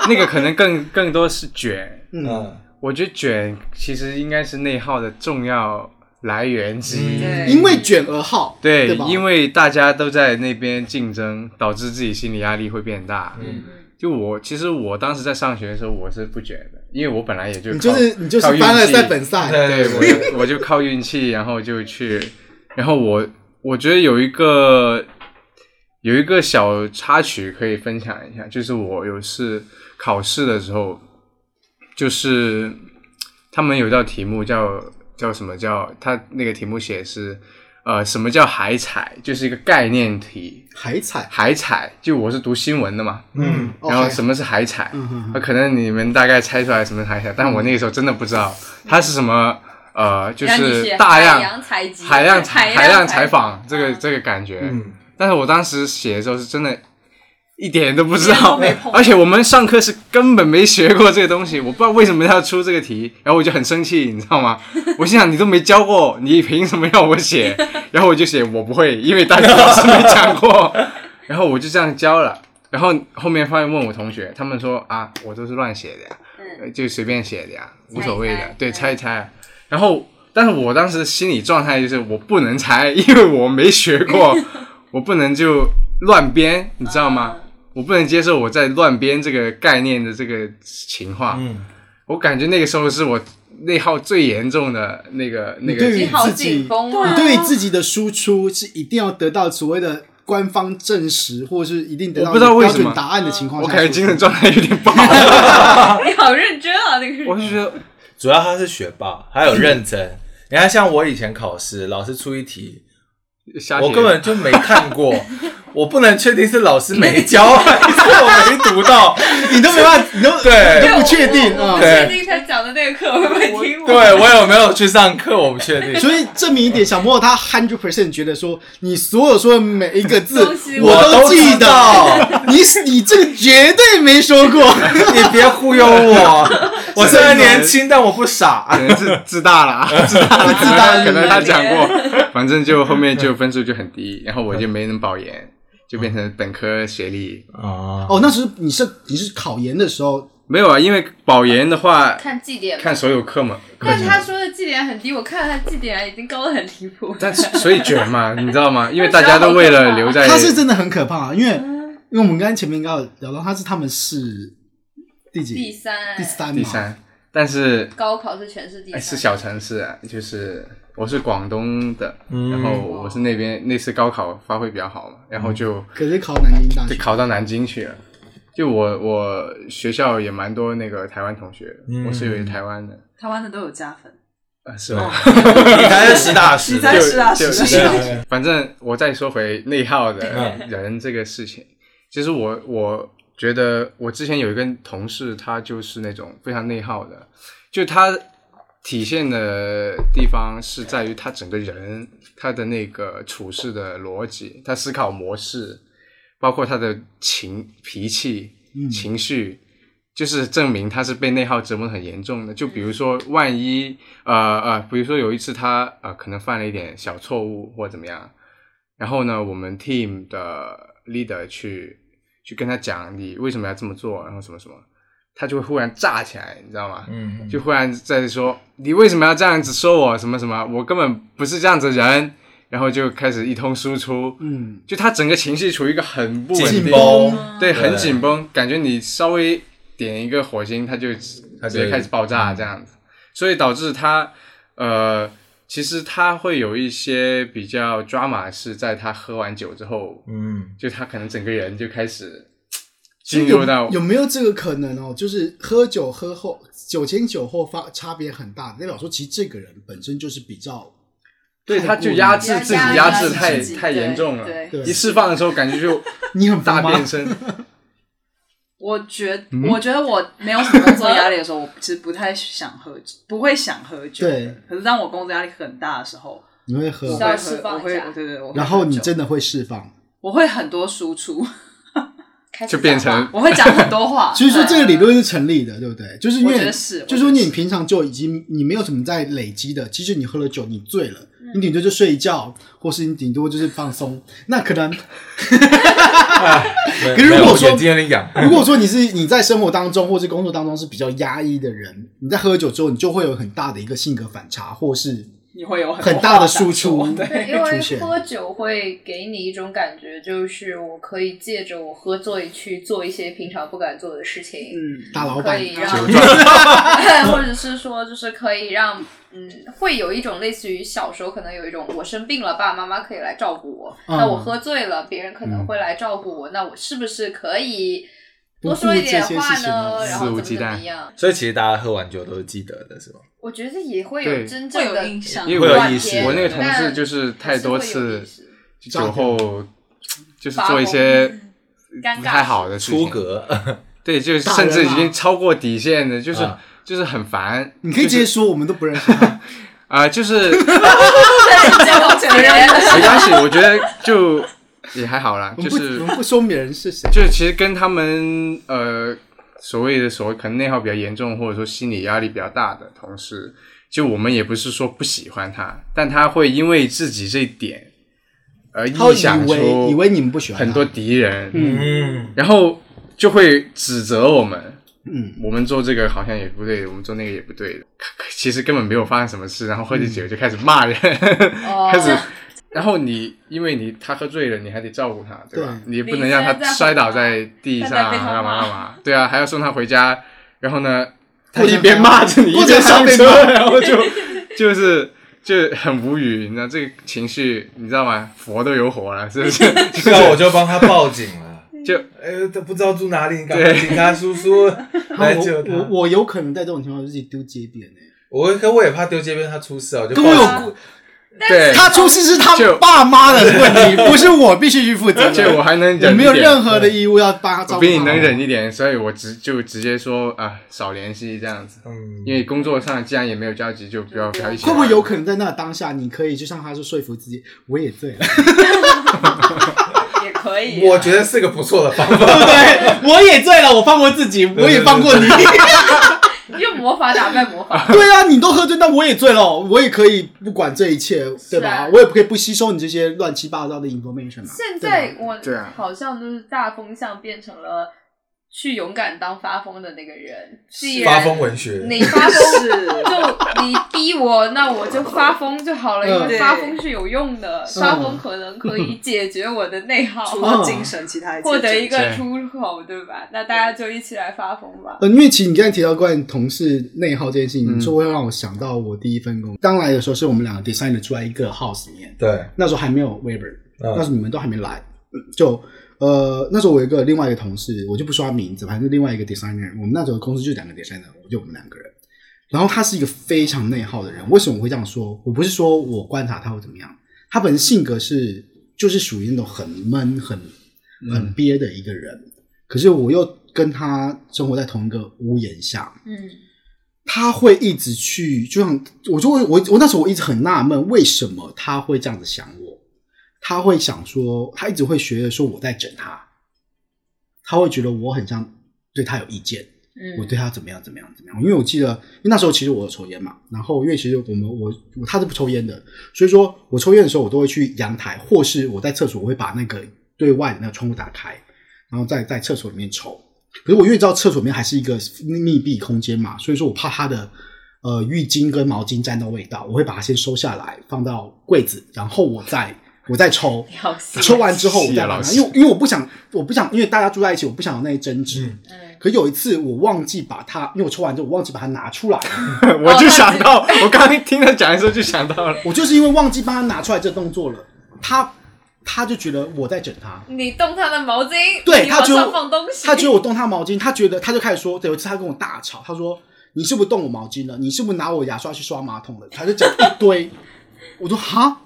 B: 那个可能更更多是卷，
A: 嗯，
D: 嗯，
B: 我觉得卷其实应该是内耗的重要来源之一。
G: 对
A: 因为卷而好，
B: 对，
A: 对吧？
B: 因为大家都在那边竞争，导致自己心理压力会变大。
D: 嗯
B: 就我其实我当时在上学的时候，我是不卷的，因为我本来也就
A: 你
B: 靠
A: 就是你就是
B: 靠运
A: 翻了
B: 气
A: 赛本赛，
D: 对
B: 对，我就我就靠运气，然后就去，然后我我觉得有一个有一个小插曲可以分享一下，就是我有次考试的时候，就是他们有道题目叫叫什么叫，他那个题目写是呃什么叫海采，就是一个概念题，
A: 海采，
B: 海采就我是读新闻的嘛，
D: 嗯，
A: 哦
B: 然后
A: 海
B: 什么是海采？
A: 嗯嗯
B: 那可能你们大概猜出来什么是海采，但我那个时候真的不知道它是什么。呃，就
G: 嗯让你
B: 是
G: 去
B: 大
G: 海洋
B: 量
G: 采集
B: 海量
G: 海
B: 海
G: 量
B: 量
G: 采
B: 采
G: 访
B: 访这个
G: 嗯
B: 这个感觉。
D: 嗯
B: 但是我当时写的时候是真的，一点都不知
F: 一点都
B: 道
F: 没碰，
B: 而且我们上课是根本没学过这个东西，我不知道为什么要出这个题，然后我就很生气，你知道 吗？我心想你都没教过，你凭什么要我写？然后我就写我不会，因为大家老师没讲过，然后我就这样教了。然后后面发现问我同学，他们说啊，我都是乱写的呀，
G: 嗯
B: 呃就随便写的呀，无所谓
G: 猜一猜
B: 的，对，
G: 嗯
B: 猜一猜啊。然后，但是我当时心理状态就是我不能猜，因为我没学 过，我不能就乱编，你知道吗？我不能接受我在乱编这个概念的这个情况。
D: 嗯，
B: 我感觉那个时候是我内耗最严重的那个那
A: 你
B: 个
A: 对于
G: 你好
A: 自己，
G: 紧绷
A: 你
G: 啊！
A: 对于自己的输出是一定要得到所谓的官方证实，或者是一定得到
B: 我不知道
A: 你
B: 为
A: 标
B: 什
A: 准
B: 么
A: 答案的情况
B: 我
A: 下
B: 感觉
A: 输
B: 精
A: 出
B: 神状态有点不好，
G: 你好认真啊，那个人
B: 我就觉得
D: 主要他是学霸，还有 认真。你看，像我以前考试，老师出一题，
B: 瞎 写
D: 我根本就没看过，我不能确定是老师没教还是我没读到，
A: 你都没办法，你都
D: 对
A: 你都不确定
G: 我我
A: 啊
G: 不。确定他讲的那个课会不会听我。
D: 对我有没有去上课我不确定。
A: 所以证明一点，小莫他 hundred percent 觉得说，你所有说的每一个字
G: 东西
A: 我
G: 我
A: 都
D: 都
A: 记
D: 知道
A: 得，你你这个绝对没说过。
D: 你别忽悠我， 我虽然年轻，但我不傻。
B: 可能是自大了 啊，自大了，自
A: 大了
B: 可能他讲过，反正就后面就分数就很低，然后我就没能保研，就变成本科学历。
D: 啊，
A: 哦，那时候你是你是考研的时候，
B: 没有啊，因为保研的话，
G: 看绩点吧，
B: 看所有课嘛，
G: 但他说的绩点很低，我看了他绩点已经高的很离谱。
B: 但是所以卷嘛，你知道吗？因为大家都为了留在，
A: 他是真的很可怕，啊因为因为我们刚才前面刚刚有聊到，他是他们是第几
G: 第三，
A: 第三嘛
B: 第三，但是
G: 高考是全市第
B: 哎
G: 三，
B: 是小城市啊，就是我是广东的，
D: 嗯
B: 然后我是那边那次高考发挥比较好嘛，然后就。
A: 可是考南京大学，
B: 就考到南京去了。就我我学校也蛮多那个台湾同学，
D: 嗯
B: 我室友也台湾的，
F: 台湾的都有加分，
B: 啊是吗？
D: 你才是实打实
F: 哦你
D: 的
F: 才，是啊，
B: 就是是
F: 啊，
D: 对
F: 是啊。
D: 对
B: 反正我再说回内耗的
D: 嗯
B: 人这个事情，其实我我觉得我之前有一个同事，他就是那种非常内耗的，就他体现的地方是在于他整个人他的那个处事的逻辑，他思考模式，包括他的情脾气、
A: 嗯
B: 情绪。就是证明他是被内耗折磨得很严重的，就比如说，万一呃呃，比如说有一次他呃可能犯了一点小错误或怎么样，然后呢，我们 team 的 leader 去去跟他讲你为什么要这么做，然后什么什么，他就会忽然炸起来，你知道吗？
D: 嗯，
B: 就忽然在说你为什么要这样子说我什么什么，我根本不是这样子的人，然后就开始一通输出，
A: 嗯，
B: 就他整个情绪处于一个很不稳
D: 紧
B: 定，
D: 绷
B: 对，很
D: 对
B: 紧绷，感觉你稍微点一个火星，它就
D: 它
B: 直
D: 就
B: 接开始爆炸这样子，
D: 嗯
B: 所以导致他呃，其实他会有一些比较 drama 是在他喝完酒之后，
D: 嗯，
B: 就他可能整个人就开始
A: 所以
B: 进入到
A: 有有没有这个可能哦？就是喝酒喝后，酒前酒后发差别很大，代表说其实这个人本身就是比较
B: 对，
A: 太
B: 他
A: 过
B: 就
A: 于
B: 压制自己，
G: 压
B: 压
G: 压
B: 制
G: 制
B: 太
F: 自己
B: 太严
G: 对
B: 重了
G: 对，
A: 对
B: 一释放的时候感觉就
A: 你很
B: 大
A: 大
B: 变身，
F: 我觉
A: 嗯
F: 我觉得我没有什么工作压力的时候，我其实不太想喝，不会想喝酒。
A: 对，
F: 可是当我工作压力很大的时候，
A: 你会
F: 我
A: 喝，
G: 稍
F: 会
G: 微
F: 喝
G: 释放
F: 我
G: 一
F: 会，
G: 下
F: 我对对，我会
A: 然后你
F: 喝酒
A: 真的会释放。
F: 我会很多输出，
G: 开始
B: 就变成
G: 讲话
F: 我会讲很多话
A: 。所以说这个理论是成立的，对不对？就是因
F: 我觉
A: 为
F: 得是
A: 就说
F: 我觉得
A: 你
F: 是
A: 平常就已经你没有什么在累积的，其实你喝了酒，你醉了，
F: 嗯
A: 你顶多就睡一觉，或是你顶多就是放松。那可能
D: 可
A: 可是如果说
D: 眼睛有点痒，
A: 如果说你是你在生活当中或是工作当中是比较压抑的人，你在喝酒之后，你就会有很大的一个性格反差，或是
F: 你会有很
A: 很
F: 多
A: 大的
F: 话想
A: 输出
F: 说 对，
G: 因为
A: 出现
G: 喝酒会给你一种感觉，就是我可以借着我喝醉去做一些平常不敢做的事情，
F: 嗯，
A: 大老
G: 可
A: 板。啊
G: 以啊
B: 酒
G: 让，或者是说就是可以让，嗯，会有一种类似于小时候可能有一种我生病了，爸爸妈妈可以来照顾我，
A: 嗯
G: 那我喝醉了，别人可能会来照顾我，那我是不是可以多说一点
A: 不顾这些
G: 话
A: 事情啊
G: 呢？
B: 肆
G: 然后怎
B: 无
G: 么
B: 忌
G: 怎么
B: 惮
G: 样？
D: 所以其实大家喝完酒都是记得的，是吧？
G: 我觉得也会
B: 对
G: 有真
F: 会
G: 正
F: 有
G: 的
F: 印象，
B: 因为
D: 会有
B: 我
D: 意识
B: 我那个同事
G: 但
B: 就是太多次
G: 还是会有意识
B: 酒后就是做一些不太好 的事情
D: 出，格，
B: 对，就是
A: 大
B: 甚至
A: 人
B: 已
A: 啊
B: 经超过底线的，就是
D: 啊
B: 就是很烦。
A: 你可以直接说，我们都不认识他。
B: 啊，就是
F: 别人
B: 没关系，我觉得就也还好啦，
A: 我们
B: 就
A: 不，
B: 是
A: 我们不说别人是谁。
B: 就是其实跟他们呃所谓的所谓可能内耗比较严重，或者说心理压力比较大的同事，就我们也不是说不喜欢他，但他会因为自己这一点而
A: 他
B: 臆想
A: 以为
B: 出
A: 以为你们不喜欢他
B: 很多敌人，
A: 嗯
D: 嗯，
B: 然后就会指责我们，
A: 嗯，
B: 我们做这个好像也不对，我们做那个也不对，其实根本没有发生什么事，然后喝着酒就开始骂人，
G: 哦
B: 开始，然后你因为你他喝醉了，你还得照顾他，对吧？
A: 对
B: 你也不能让他摔倒在地上啊
G: 你现在在干嘛
B: 干嘛干嘛，对啊，还要送他回家，然后 呢，他
A: 或者
B: 一边骂着你
A: 或
B: 一
A: 者
B: 边
A: 他
B: 上
A: 被
B: 车
A: 骂，
B: 然后就就是。就很无语，你知道这个情绪，你知道吗？佛都有火了，是不 是？
D: 这样我就帮他报警了。
B: 就
D: 呃，他不知道住哪里，赶快警察叔叔来救
A: 我我
D: 他。
A: 我有可能在这种情况自己丢街边呢。
D: 我可我也怕丢街边他出事啊，我就
A: 跟我
D: 报警
A: 有
B: 对，
A: 他出事是他
B: 就
A: 爸妈的问 题，不是我必须去负责的。
B: 这我还能
A: 我
B: 忍，
A: 没有任
B: 何。
A: 何的义务要帮他照
B: 我
A: 顾。
B: 比你能。忍一点，所以我直就直接说啊，少联系这样子。
D: 嗯
B: 因为工作上既然也没有交集，就不要不要一起。
A: 会不会有可能在那当下，你可以就像他是说服自己，我也醉 了，
G: 也可以、啊
D: 我觉得是个不错的方法。
A: 对不对？我也醉了，我放过自己，我也放过你。
G: 得用魔法打败 魔法，
A: 对啊，你都喝醉，那我也醉了，我也可以不管这一切，对
G: 是啊
A: 吧？我也不可以不吸收你这些乱七八糟的 information 嘛。
G: 现在我
B: 对啊
G: 好像就是大风向变成了去勇敢当发疯的那个人，既
B: 啊
G: 然
D: 发疯文学，
G: 你发疯。
F: 是，
G: 就你逼我，那我就发疯就好了，因为
F: 嗯
G: 发疯是有用
B: 嗯
G: 的，发疯可能可以解决我的内耗，
F: 除
A: 嗯
F: 了精神，其他一切
G: 获得一
B: 对
G: 个出口，对吧？那大家就一起来发疯吧。
A: 呃，因为其实你刚才提到关于同事内耗这件事情，
B: 嗯
A: 你说会让我想到我第一份工。刚来的时候是我们两个 design 的住在一个 house 里面，
D: 对，
A: 那时候还没有 Weber，、那时
D: 嗯
A: 候你们都还没来，就呃那时候我有一个另外一个同事，我就不说他名字，反正另外一个 designer，我们那时候公司就两个 designer，我就我们两个人。然后他是一个非常内耗的人，为什么我会这样说？我不是说我观察他会怎么样，他本身性格是就是属于那种很闷、很很憋的一个人，可是我又跟他生活在同一个屋檐下，
G: 嗯，
A: 他会一直去，就像我就会我我那时候我一直很纳闷，为什么他会这样子想我？他会想说，他一直会觉得说我在整他，他会觉得我很像对他有意见，
G: 嗯
A: 我对他怎么样怎么样怎么样？因为我记得，因为那时候其实我有抽烟嘛，然后因为其实我们我我他是不抽烟的，所以说我抽烟的时候，我都会去阳台，或是我在厕所，我会把那个对外的那个窗户打开，然后在在厕所里面抽。可是我越知道厕所里面还是一个密闭空间嘛，所以说我怕它的呃浴巾跟毛巾沾到味道，我会把它先收下来，放到柜子，然后我再我再抽。
G: 你好细
A: 抽完之后我再把
B: 老
A: 它，
B: 师
A: 因为因为我不想我不想，因为大家住在一起，我不想有那些争执。
D: 嗯
G: 嗯，
A: 可有一次我忘记把它，因为我抽完之后我忘记把它拿出来了，
B: 我
G: 哦
B: 就想到，我刚刚听他讲的时候就想到了。
A: 我就是因为忘记帮他拿出来这动作了，他他就觉得我在整他。
G: 你动他的毛巾，
A: 对
G: 你
A: 他
G: 往
A: 觉得
G: 上
A: 我
G: 放东西，
A: 他觉得我动他毛巾，他觉得他就开始说，对，有一次他跟我大吵，他说你是不是动我毛巾了？你是不是拿我牙刷去刷马桶了？他就讲一堆，我说哈，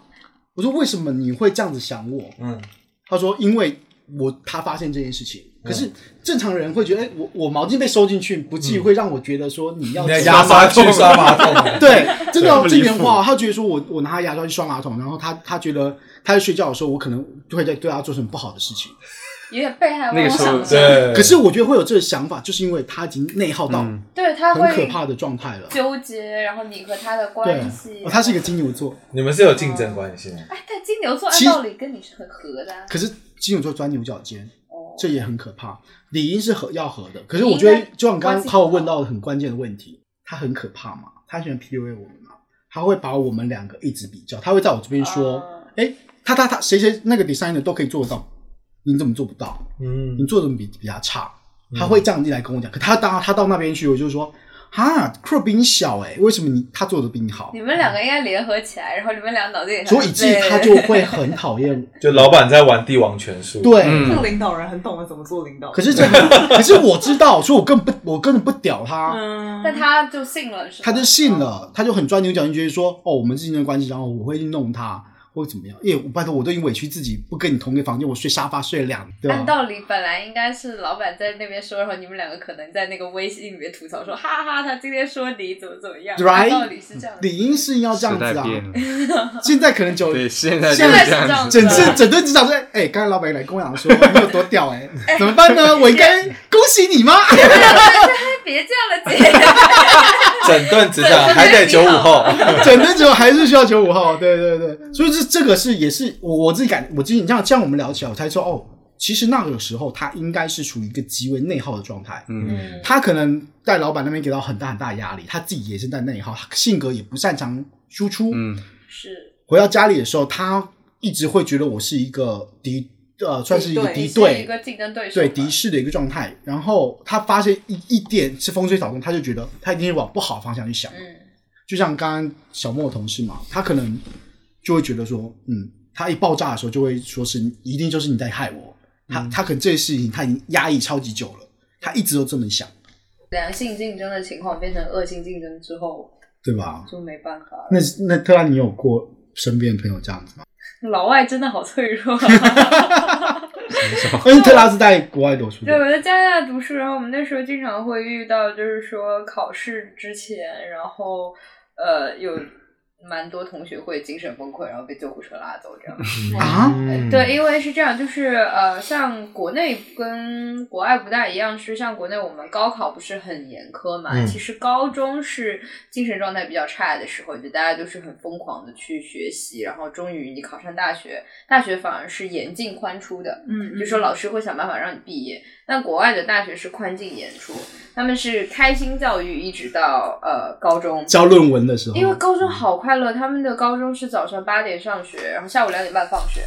A: 我说为什么你会这样子想我？
D: 嗯，
A: 他说因为我他发现这件事情，可
D: 嗯
A: 是正常人会觉得，哎，我我毛巾被收进去，不至于会让我觉得说你要
D: 你的
A: 知道
D: 牙刷去刷
B: 刷
D: 马桶，
A: 对，真的哦
B: 对
A: 这原话哦，他觉得说我我拿他牙刷去刷马桶，然后他他觉得他在睡觉的时候，我可能会在对他做什么不好的事情。
G: 有点被
B: 那
G: 害妄
B: 个时候
G: 想症，
D: 对。
A: 可是我觉得会有这个想法，就是因为他已经内耗到
B: 嗯
G: 对他
A: 很可
G: 会
A: 怕的状态了。
G: 纠结，然后你和他的
A: 对
G: 关系，，
A: 哦他是一个金牛座，
D: 你们是有竞争关系吗？
G: 哎，但金牛座按
A: 其实
G: 道理跟你是很合的啊，
A: 可是金牛座钻牛角尖，
G: 哦，
A: 这也很可怕。理应是和要和的，可是
G: 理应
A: 我觉得
G: 该
A: 就像你刚刚
G: 关系
A: 靠问到的很关键的问题，他很可怕嘛，他喜欢 PUA 我们嘛，他会把我们两个一直比较，他会在我这边说，
G: 啊
A: 哎、他他他谁谁那个 designer 都可以做得到，你怎么做不到？
D: 嗯
A: 你做的比比他差，他会这样进来跟我讲。可他当他到那边去，我就说，哈，crew 比你小哎、为什么你他做的比你好
G: 你？们两个应该联合起来，然后你们俩脑子里很
A: 所以以至于他就会很讨厌我。
D: 就老板在玩帝王权术，，
A: 对，
F: 这
B: 嗯
F: 个，领导人很懂得怎么做领导，
A: 可是这很，可是我知道，所以我根本不，我根本不屌他，
F: 嗯，
G: 但他就信了，是吧嗯
A: 他就信了，他就很钻牛角尖，觉得说，哦，我们之间的关系，然后我会去弄他，或者怎么样。耶，我拜托，我都已经委屈自己，不跟你同一个房间，我睡沙发睡了两，对
G: 按
A: 吧？
G: 道理本来应该是老板在那边说，然后你们两个可能在那个微信里面吐槽说，哈哈，他今天说你怎么怎么样
A: Right？
G: 按道理是这样的，
A: 理应是要这样
B: 时
A: 子
B: 代
A: 啊，
B: 变了，
A: 现在可能就
B: 对，现在就
A: 现
B: 这
G: 在是这
B: 样
G: 样
B: 子
G: 子。
A: 整 次整顿职场说，哎、刚才老板也来跟我讲说你有多屌哎、怎么办呢？我应该恭喜你吗？
G: 哎别这样了，姐，
D: 整顿职场还得九五后，
A: 整顿之后还是需要九五后，对对对，所以这这个是也是我我自己感，我自己这样这样我们聊起来，我才说哦，其实那个时候他应该是处于一个极为内耗的状态，
B: 嗯，
G: 嗯
A: 他可能在老板那边给到很大很大的压力，他自己也是在内耗，他性格也不擅长输出，
B: 嗯，
G: 是
A: 回到家里的时候，他一直会觉得我是一个敌，呃，算是一个
F: 敌
A: 敌
G: 你是
A: 对
G: 一，个竞争对手吧，
A: 对敌视的一个状态。然后他发现一一点是风吹草动，他就觉得他一定是往不好的方向去想。
G: 嗯，
A: 就像刚刚小莫的同事嘛，他可能就会觉得说，嗯，他一爆炸的时候就会说是一定就是你在害我。他、他可能这些事情他已经压抑超级久了，他一直都这么想，
G: 良性竞争的情况变成恶性竞争之后
A: 对吧？
G: 就没办法了。
A: 那那特拉，你有过身边的朋友这样子吗？
G: 老外真的好脆弱、啊。
A: 因为特拉是在国外读书
G: 对，
A: 的，
G: 我在加拿大读书，然后我们那时候经常会遇到，就是说考试之前，然后呃有蛮多同学会精神崩溃，然后被救护车拉走这样。
A: 啊
D: 嗯
G: 对，，因为是这样，就是呃，像国内跟国外不大一样，是像国内我们高考不是很严苛嘛，
D: 嗯
G: 其实高中是精神状态比较差的时候，就大家都是很疯狂的去学习，然后终于你考上大学，大学反而是严进宽出的，
F: 嗯
G: 就 说老师会想办法让你毕业。但国外的大学是宽进严出，他们是开心教育一直到呃高中，
A: 交论文的时候，嗯
G: 因为高中好快乐，他们的高中是早上八点上学，然后下午两点半放学。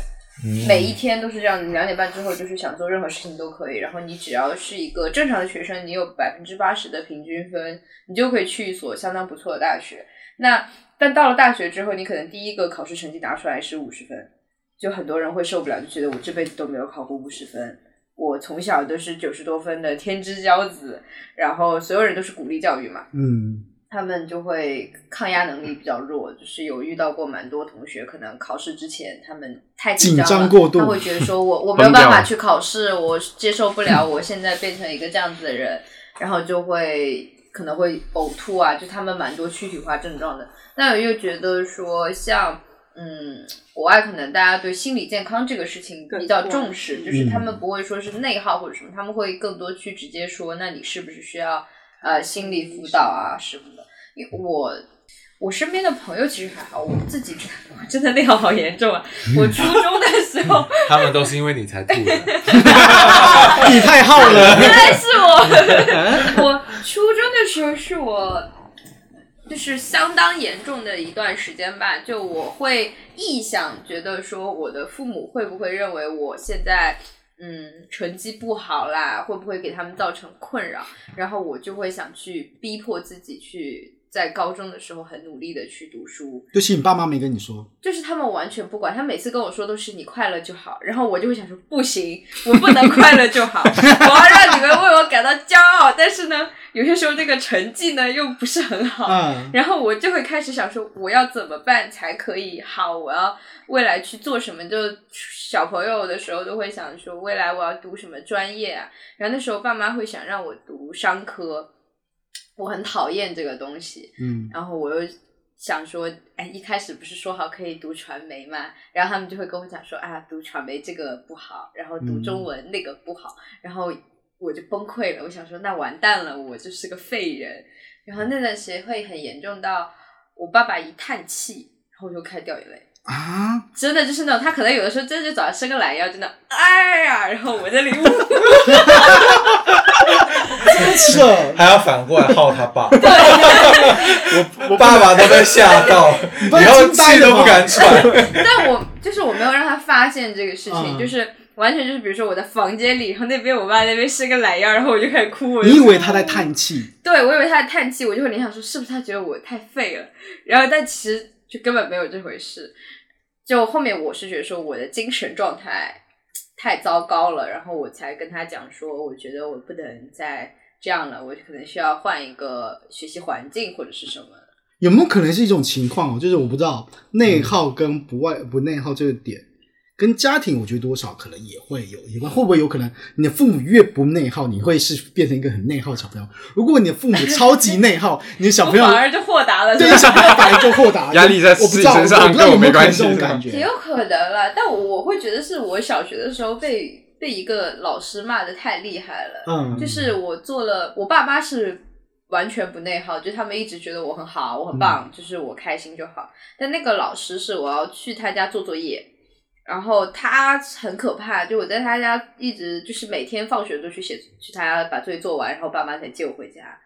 D: 嗯
G: 每一天都是这样，你两点半之后就是想做任何事情都可以，然后你只要是一个正常的学生，你有百分之八十的平均分，你就可以去一所相当不错的大学。那但到了大学之后，你可能第一个考试成绩拿出来是五十分，就很多人会受不了，就觉得我这辈子都没有考过五十分，我从小都是九十多分的天之骄子，然后所有人都是鼓励教育嘛，
A: 嗯，
G: 他们就会抗压能力比较弱，就是有遇到过蛮多同学，可能考试之前他们太张
A: 紧
G: 了，
A: 张过度
G: 他会觉得 说我我没有
B: 崩掉
G: 办
B: 了
G: 法去考试，我接受不了，我现在变成一个这样子的人，然后就会可能会呕吐啊，就他们蛮多躯体化症状的。但我又觉得说像。嗯，国外可能大家对心理健康这个事情比较重视，
F: 更，
G: 就是他
A: 嗯
G: 们不会说是内耗或者什么，他们会更多去直接说，那你是不是需要呃心理辅导啊什么的？因为我我身边的朋友其实还好，我自己 真的我真的内耗好严重啊！我初中的时候，
D: 他们都是因为你才吐的，
A: 你太好了，
G: 原来是我， 我初中的时候是我，就是相当严重的一段时间吧。就我会臆想，觉得说我的父母会不会认为我现在。嗯，成绩不好啦，会不会给他们造成困扰？然后我就会想去逼迫自己去在高中的时候很努力的去读书，
A: 就是你爸妈没跟你说，
G: 就是他们完全不管，他每次跟我说都是你快乐就好，然后我就会想说不行，我不能快乐就好，我要让你们为我感到骄傲。但是呢，有些时候这个成绩呢又不是很好，
A: 嗯，
G: 然后我就会开始想说，我要怎么办才可以好？我要未来去做什么？就小朋友的时候都会想说，未来我要读什么专业啊？然后那时候爸妈会想让我读商科，我很讨厌这个东西，
A: 嗯，
G: 然后我又想说，哎，一开始不是说好可以读传媒嘛，然后他们就会跟我讲说啊，读传媒这个不好，然后读
A: 嗯
G: 中文那个不好，然后我就崩溃了。我想说，那完蛋了，我就是个废人。然后那段时间会很严重到我爸爸一叹气，然后我就开始掉眼泪。
A: 啊，
G: 真的就是那种，他可能有的时候真的就早上伸个懒腰，真的，哎呀，然后我在里屋，对，
A: 这
D: 还要反过来耗他 爸，
B: 我
D: 爸爸都被吓 到，
A: 不能
D: 以后气都不敢喘。
G: 但我就是我没有让他发现这个事情，
A: 嗯
G: 就是完全就是比如说我在房间里，然后那边我爸那边伸个懒腰，然后我就开始哭。我就
A: 你以为他在？叹气？
G: 对，我以为他在叹气，我就会联想说是不是他觉得我太废了，然后但其实就根本没有这回事。就后面我是觉得说我的精神状态太糟糕了，然后我才跟他讲说，我觉得我不能再这样了，我可能需要换一个学习环境或者是什么。
A: 有没有可能是一种情况哦？就是我不知道内耗跟不
G: 嗯
A: 外不内耗这个点，跟家庭我觉得多少可能也会有一关。会不会有可能你的父母越不内耗，你会是变成一个很内耗的小朋友？如果你的父母超级内 耗，你的小朋友
G: 我反而就豁达了，
A: 对
G: 是吧
A: 小朋友反而就豁达，
B: 压力在
A: 我不知道
B: 自己身上
A: 我不知道
B: 跟我
A: 有没
B: 没
A: 有可能
B: 关系
A: 这种
B: 是吧
A: 感
G: 也
A: 觉
G: 有可能啦，但我我会觉得是我小学的时候被被一个老师骂的太厉害了，
A: 嗯，
G: 就是我做了，我爸妈是完全不内耗，就他们一直觉得我很好，我很棒，就是我开心就好。但那个老师是我要去他家做作业，然后他很可怕，就我在他家一直就是每天放学都去写去他家把作业做完，然后爸妈才接我回家，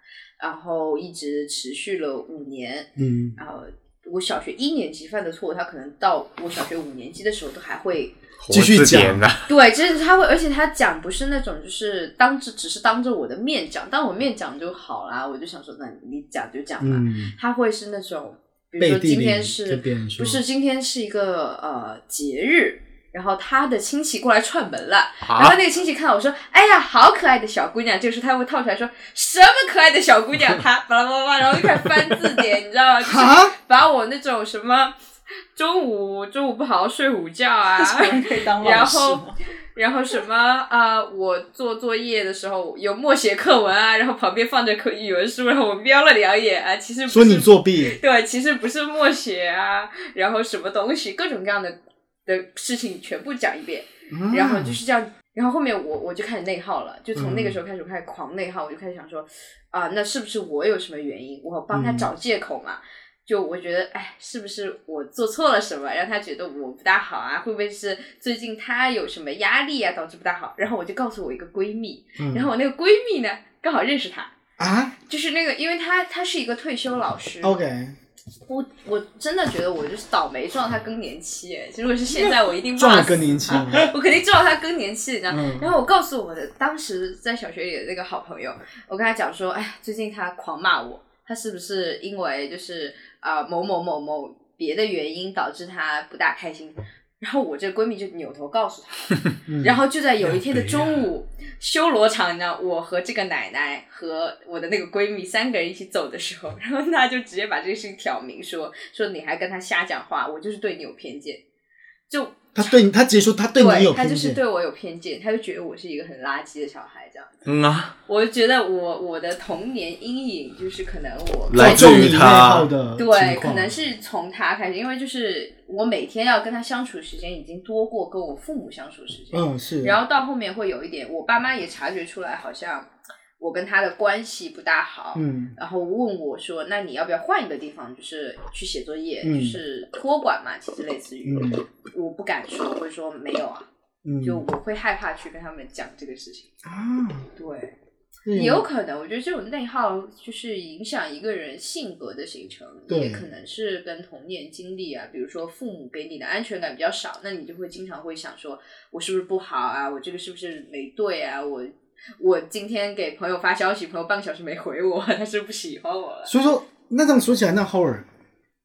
G: 然后一直持续了五年。
A: 嗯，
G: 然后我小学一年级犯的错误，他可能到我小学五年级的时候都还会
A: 继续讲
B: 的，
G: 对，就是他会，而且他讲不是那种就是当着只是当着我的面讲，当我面讲就好啦，我就想说那你讲就讲嘛，
A: 嗯，
G: 他会是那种，比如
A: 背
G: 说
A: 地
G: 今
A: 里
G: 天
A: 就是别人说
G: 不是今天是一个呃节日。然后他的亲戚过来串门了，然后
B: 啊，
G: 那个亲戚看我说：“哎呀，好可爱的小姑娘。”这个时候他会套出来说：“什么可爱的 小姑娘？”他巴拉巴拉巴拉，然后就开始翻字典，你知道吗？就是
A: 哈，
G: 把我那种什么中午中午不好好睡午觉啊
F: 有人可以当老师吗
G: 然后然后什么啊、呃我做作业的时候有默写课文啊，然后旁边放着课语文书，然后我瞄了两眼啊，其实不是
A: 说你作弊，
G: 对，其实不是默写啊，然后什么东西各种各样的的事情全部讲一遍，
A: 嗯
G: 然后就是这样。然后后面我我就开始内耗了，就从
A: 嗯
G: 那个时候开始我开始狂内耗，我就开始想说，啊、那是不是我有什么原因？我帮他
A: 嗯
G: 找借口嘛。就我觉得，哎，是不是我做错了什么，让他觉得我不大好啊？会不会是最近他有什么压力啊，导致不大好？然后我就告诉我一个闺蜜，
A: 嗯
G: 然后我那个闺蜜呢，刚好认识她，
A: 啊
G: 就是那个，因为她她是一个退休老师
A: ，OK，
G: 我我真的觉得我就是倒霉撞到他更年期，哎如果是 现在我一定
A: 撞
G: 骂
A: 了
G: 死
A: 更年期，
G: 他，我肯定撞到他更年期，你知道。
A: 嗯
G: 然后我告诉我的当时在小学里的那个好朋友，我跟他讲说，哎，最近他狂骂我，他是不是因为就是啊、呃某某某某别的原因导致他不大开心？然后我这个闺蜜就扭头告诉他，
A: 嗯
G: 然后就在有一天的中午，修罗场呢，我和这个奶奶和我的那个闺蜜三个人一起走的时候，然后她就直接把这个事情挑明说，说你还跟她瞎讲话，我就是对你有偏见，就
A: 他对你，他直接说他对
G: 对
A: 你有
G: 她
A: 偏
G: 就是
A: 见，
G: 对我有偏见，她就觉得我是一个很垃圾的小孩这样。
B: 嗯啊，
G: 我就觉得我我的童年阴影就是可能我
D: 来
A: 造就
D: 自于
A: 你内
D: 他
A: 耗的
G: 对，
A: 情
G: 可
A: 况
G: 能是从他开始，因为就是我每天要跟他相处的时间已经多过跟我父母相处的时间，
A: 嗯是，
G: 然
A: 后
G: 后到后面会有一点，我爸妈也察觉出来，好像我跟他的关系不大好，
A: 嗯
G: 然后问我说：“那你要不要换一个地方，就是去写作业，
A: 嗯
G: 就是托管嘛？其实类似于，
A: 嗯
G: 我不敢说，我会说没有啊，就
A: 嗯
G: 我会害怕去跟他们讲这个事情。
A: 啊，
G: 对，
A: 嗯
G: 也有可能，我觉得这种内耗就是影响一个人性格的形成，
A: 对
G: 也可能是跟童年经历啊，比如说父母给你的安全感比较少，那你就会经常会想说，我是不是不好啊？我这个是不是没对啊？我我今天给朋友发消息，朋友半个小时没回我，他是不是不喜欢我了？
A: 所以说，那这样说起来，那 h o w a r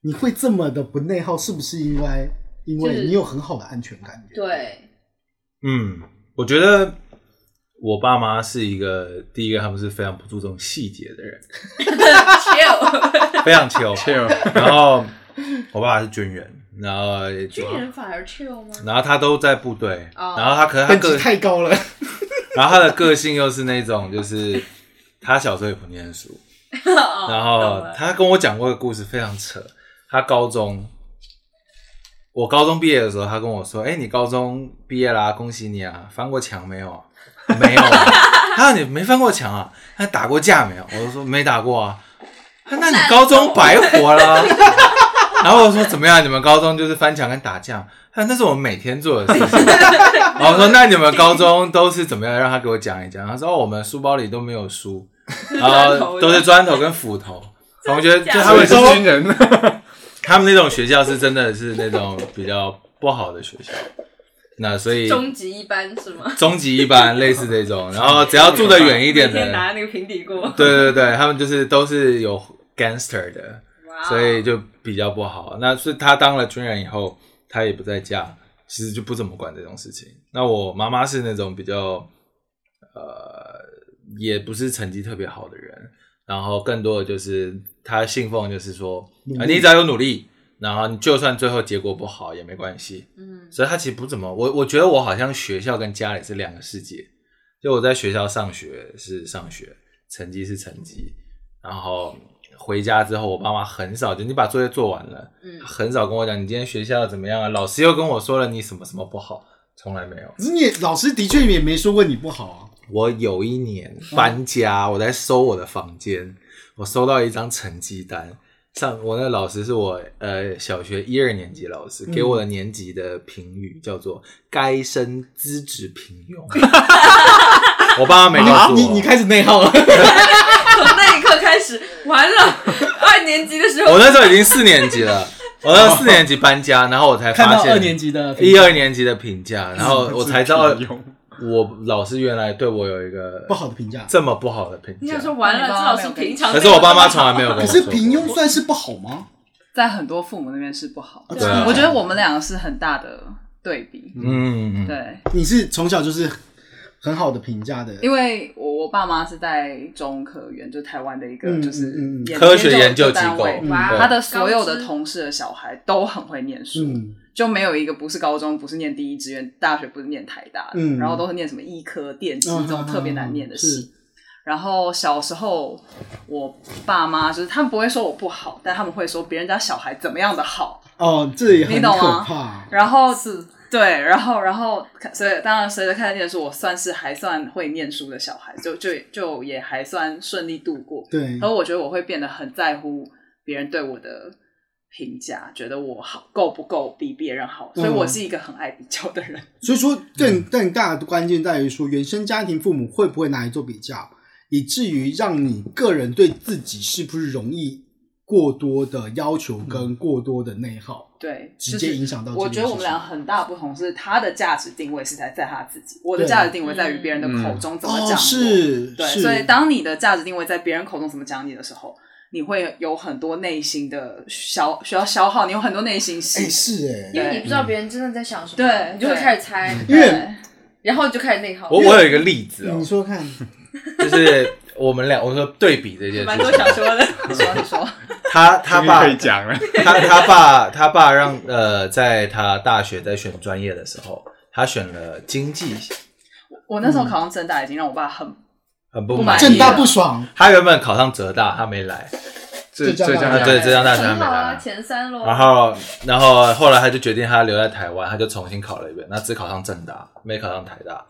A: 你会这么的不内耗，是不是因为因
G: 就是
A: 为你有很好的安全感？
G: 对，
D: 嗯，我觉得我爸妈是一个，第一个他们是非常不注重细节 的人，
G: chill，
D: 非常 chill。
B: 切哦，
D: 然后我爸爸是军人，然后也
G: 军人反而 chill 吗？
D: 然后他都在部队，
G: 哦
D: 然后他可是他
A: 等级
D: 个，
A: 太高了，
D: 然后他的个性又是那种，就是他小时候也不念书，
G: 哦
D: 然
G: 懂
D: 后
G: 了
D: 他跟我讲过一个故事，非常扯。他高中，我高中毕业的时候，他跟我说：“哎、你高中毕业啦，恭喜你啊！翻过墙没有啊？没有啊？他说你没翻过墙啊？那打过架没有？”我就说没打过啊。他说那你高中白活了啊。然后我说怎么样？你们高中就是翻墙跟打架？他说那是我们每天做的事情。然后我说那你们高中都是怎么样？让他给我讲一讲。他说哦，我们书包里都没有 书，然
G: 砖
D: 后
G: 头
D: 都是砖头跟斧头。同学就
G: 假的
D: 他们
B: 是
D: 是
B: 军人，
D: 他们那种学校是真的是那种比较不好的学 校，那所以
G: 终极一般是吗？
D: 中级一般类似这种，然后只要住得远一
G: 每
D: 点的
G: 天
D: 人，
G: 拿那个平底锅，
D: 对对对，他们就是都是有 gangster 的，
G: 哇哦
D: 所以就比较不好。那是他当了军人以后，他也不在家，其实就不怎么管这种事情。那我妈妈是那种比较，呃，也不是成绩特别好的人，然后更多的就是她信奉就是说，
A: 努
D: 呃
A: 力
D: 你只要有努力，然后你就算最后结果不好也没关系。
G: 嗯。
D: 所以他其实不怎么，我我觉得我好像学校跟家里是两个世界。就我在学校上学是上学，成绩是成绩，然后回家之后，我爸妈很少就你把作业做完了，
G: 嗯
D: 很少跟我讲你今天学校怎么样啊，老师又跟我说了你什么什么不好，从来没有。
A: 可是你老师的确也没说过你不好啊。
D: 我有一年搬家，我在收我的房间，我收到一张成绩单。上我那老师是我呃小学一二年级老师，给我的年级的评语叫做“该生资质平庸” 。我爸妈没告诉我，
A: 你你开始内耗了，
G: 从 那一刻开始，完了，二年级的时候
D: 我，那时候已经四年级了，我那时候四年级搬家，然后我才
A: 看
D: 发
A: 到
D: 现哎
A: 二年级的
D: 一二年级的评价，然后哦我才 知道
B: 是平
D: 我老师原来对我有一个
A: 不好的评价。
D: 这么不好的评
G: 你
D: 价
G: 想。说完了，这老师平常，
D: 可是我爸妈从来没有跟我
A: 可
D: 说
A: 是
D: 过。
A: 平庸算是不好吗？
C: 在很多父母那边是不好的。
A: 对
D: 啊
C: 我觉得我们两个是很大的对比。
D: 嗯，嗯嗯，
C: 对，啊
A: 你是从小就是很好的评价的，
C: 因为我我爸妈是在中科院，就台湾的一个
A: 嗯
C: 就是
A: 嗯嗯嗯
C: 研
D: 科学研究机
C: 单
D: 构
C: 位
A: 嗯
G: 哇，
C: 他的所有
G: 高
C: 的
G: 知
C: 同事的小孩都很会念书，
A: 嗯
C: 就没有一个不是高中不是念第一志愿，大学不是念台大的，
A: 嗯
C: 然后都是念什么医科、电机
A: 嗯
C: 这种特别难念的
A: 是
C: 系。然后小时候，我爸妈就是他们不会说我不好，但他们会说别人家小孩怎么样的好。
A: 哦，这也很
C: 你
A: 可
C: 懂
G: 啊
C: 吗
A: 怕。
C: 然后是，对，然后然后，所以当然随着开始念书，我算是还算会念书的小孩，就就就也还算顺利度过。
A: 对，
C: 然后我觉得我会变得很在乎别人对我的评价，觉得我好够不够比别人好，所以
A: 嗯
C: 我是一个很爱比较的人。
A: 所以说更更大的关键在于说，原生家庭父母会不会拿来做比较，以至于让你个人对自己是不是容易过多的要求跟过多的内耗，
C: 对，
A: 直接影响到
C: 就是
A: 这
C: 我
A: 件事情。
C: 觉得我们俩很大不同是，他的价值定位是在在他自己，我的
A: 对
C: 价值定位在于别人的口中怎么讲我、
A: 哦，是，
C: 对，
A: 是
C: 所以当你的价值定位在别人口中怎么讲你的时候，你会有很多内心的消需要消耗，你有很多内心
A: 哎
C: 戏。
A: 是哎，
G: 因为你不知道别人真的在想什么，
C: 对
G: 你就会
C: 对
G: 开始猜，
A: 因为
C: 对
G: 然后就开始内耗。
D: 我我有一个例子哦
A: 你，说看，
D: 就是我们俩，我说对比这件
C: 蛮
D: 事
C: 多
D: 情
C: 想，说的， 你说你说，
D: 他他
B: 终于
D: 爸
B: 可以讲了，
D: 他他爸他爸让呃，在他大学在选专业的时候，他选了经济，
C: 我那时候考上正大已经让我爸很
D: 很不
C: 不
D: 满
C: 满
D: 意。
A: 正
C: 意
A: 大不爽，
D: 他原本考上浙大，他没来，
B: 浙
A: 浙江
B: 浙
A: 大
B: 江
A: 学
D: 啊，对，
B: 大
D: 浙江大学他
G: 很
D: 没
G: 好啊，
D: 来。
G: 前三
C: 哦
G: 喽。
D: 然后，然后后来他就决定他留在台湾，他就重新考了一遍，那只考上正大，没考上台大。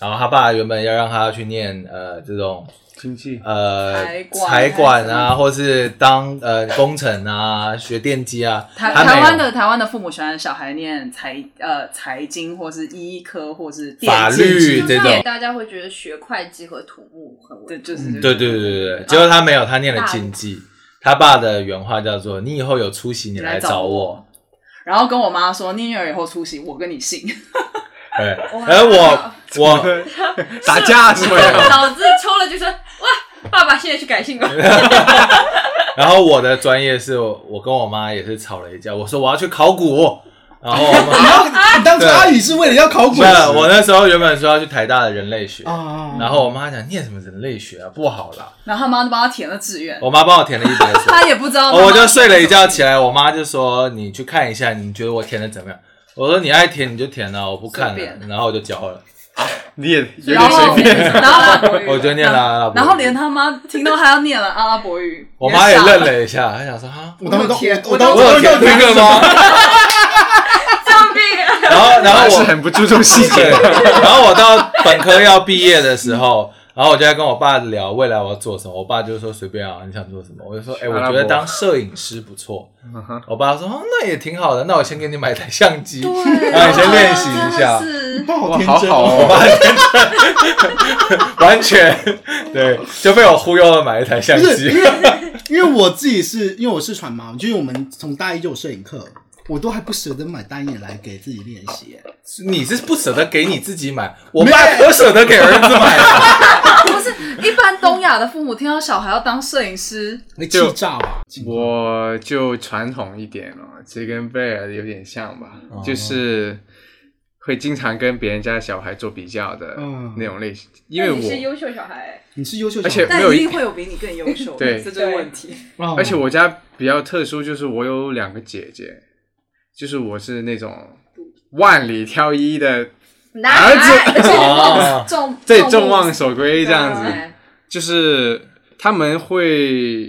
D: 然后他爸原本要让他去念呃这种
B: 经济，
D: 呃
C: 财管
D: 财管啊，或是当呃工程啊，学电机啊，
C: 台
D: 他没有
C: 台湾的台湾的父母喜欢小孩念财呃财经或是医科或是电
D: 法
C: 机
D: 律
G: 就
D: 这
G: 像
D: 种。
G: 大家会觉得学会计和土木很
C: 对，
G: 稳，
C: 就是
D: 嗯对对对对对，结果他没有，他念了
G: 大
D: 经济。
C: 哦
D: 他爸的原话叫做：“你以后有出息，你来找我。。
C: 然后跟我妈说，你女儿以后出息，我跟你姓。”
D: 对，
G: 哇
D: 而哎我我
B: 打架是啊吧？
G: 脑子抽了就说哇，爸爸现在去改姓吧。
D: 然后我的专业是我我跟我妈也是吵了一架，我说我要去考古，然后我
A: 哎
D: 妈
A: 你当初
D: 对
A: 阿姨是为了要考
D: 不
A: 古
D: 是 我那时候原本说要去台大的人类学，
A: 啊，
D: 然后我妈讲念什么人类学啊，不好啦，
C: 然后他妈就帮他填了志愿，
D: 我妈帮我填了一百所，
C: 他也不知道。
D: 哦 我就睡了一觉起来，我妈就说你去看一下，你觉得我填的怎么样？我说你爱填你就填啊，我不看
C: 随
D: 了，
C: 便
D: 然后我就交了，
B: 你也有
C: 然
B: 点
C: 后
B: 随便，
C: 然后
D: 我就念了阿拉伯语，哦
C: 然后连他妈听到他要念了阿拉伯语，
D: 我妈也
C: 傻
D: 愣。了一下，她想说哈，
A: 我当时
C: 天
A: 我我
C: 我
A: 当
C: 当
A: 时
D: 我有填这个 吗？
G: 救命啊！
D: 然后然后
B: 还是
D: 我
B: 很不注重细
D: 对，
B: 节。
D: 然后我到本科要毕业的时候，然后我就在跟我爸聊未来我要做什么。我爸就说随便啊，你想做什么？我就说，哎、我觉得当摄影师不错。我爸说、哦，那也挺好的，那我先给你买台相机， 让你先练习一下。
G: 是
A: 爸好
B: 哇，
A: 天
B: 好
A: 真
B: 好
A: 哦，
B: 哦，
D: 完全 对，就被我忽悠了买一台相
A: 不是因
D: 机。
A: 为 因为我自己是因为我是传毛，就是我们从大一就有摄影课，我都还不舍得买单眼来给自己练习耶。
D: 你是不舍得给你自己买，我爸可舍得给儿子买啊了。
C: 不是一般东亚的父母听到小孩要当摄影师，
A: 你气
B: 就
A: 炸吧！
B: 我就传统一点了，其实跟贝尔有点像吧，
D: 哦
B: 就是会经常跟别人家小孩做比较的
A: 嗯
B: 那种类型，因为
G: 你是
B: 我
G: 优秀小孩，
A: 你是优秀小孩，
B: 而且没
C: 但
B: 有
C: 一
B: 一
C: 定会有比你更优秀的，
B: 对
C: 这就是问题。
A: 哦
B: 而且我家比较特殊，就是我有两个姐姐，就是我是那种万里挑一的，
G: 男
B: 儿子
G: 众
D: 哦
G: 望众
B: 对众望所归这样子，
G: 哎
B: 就是他们会，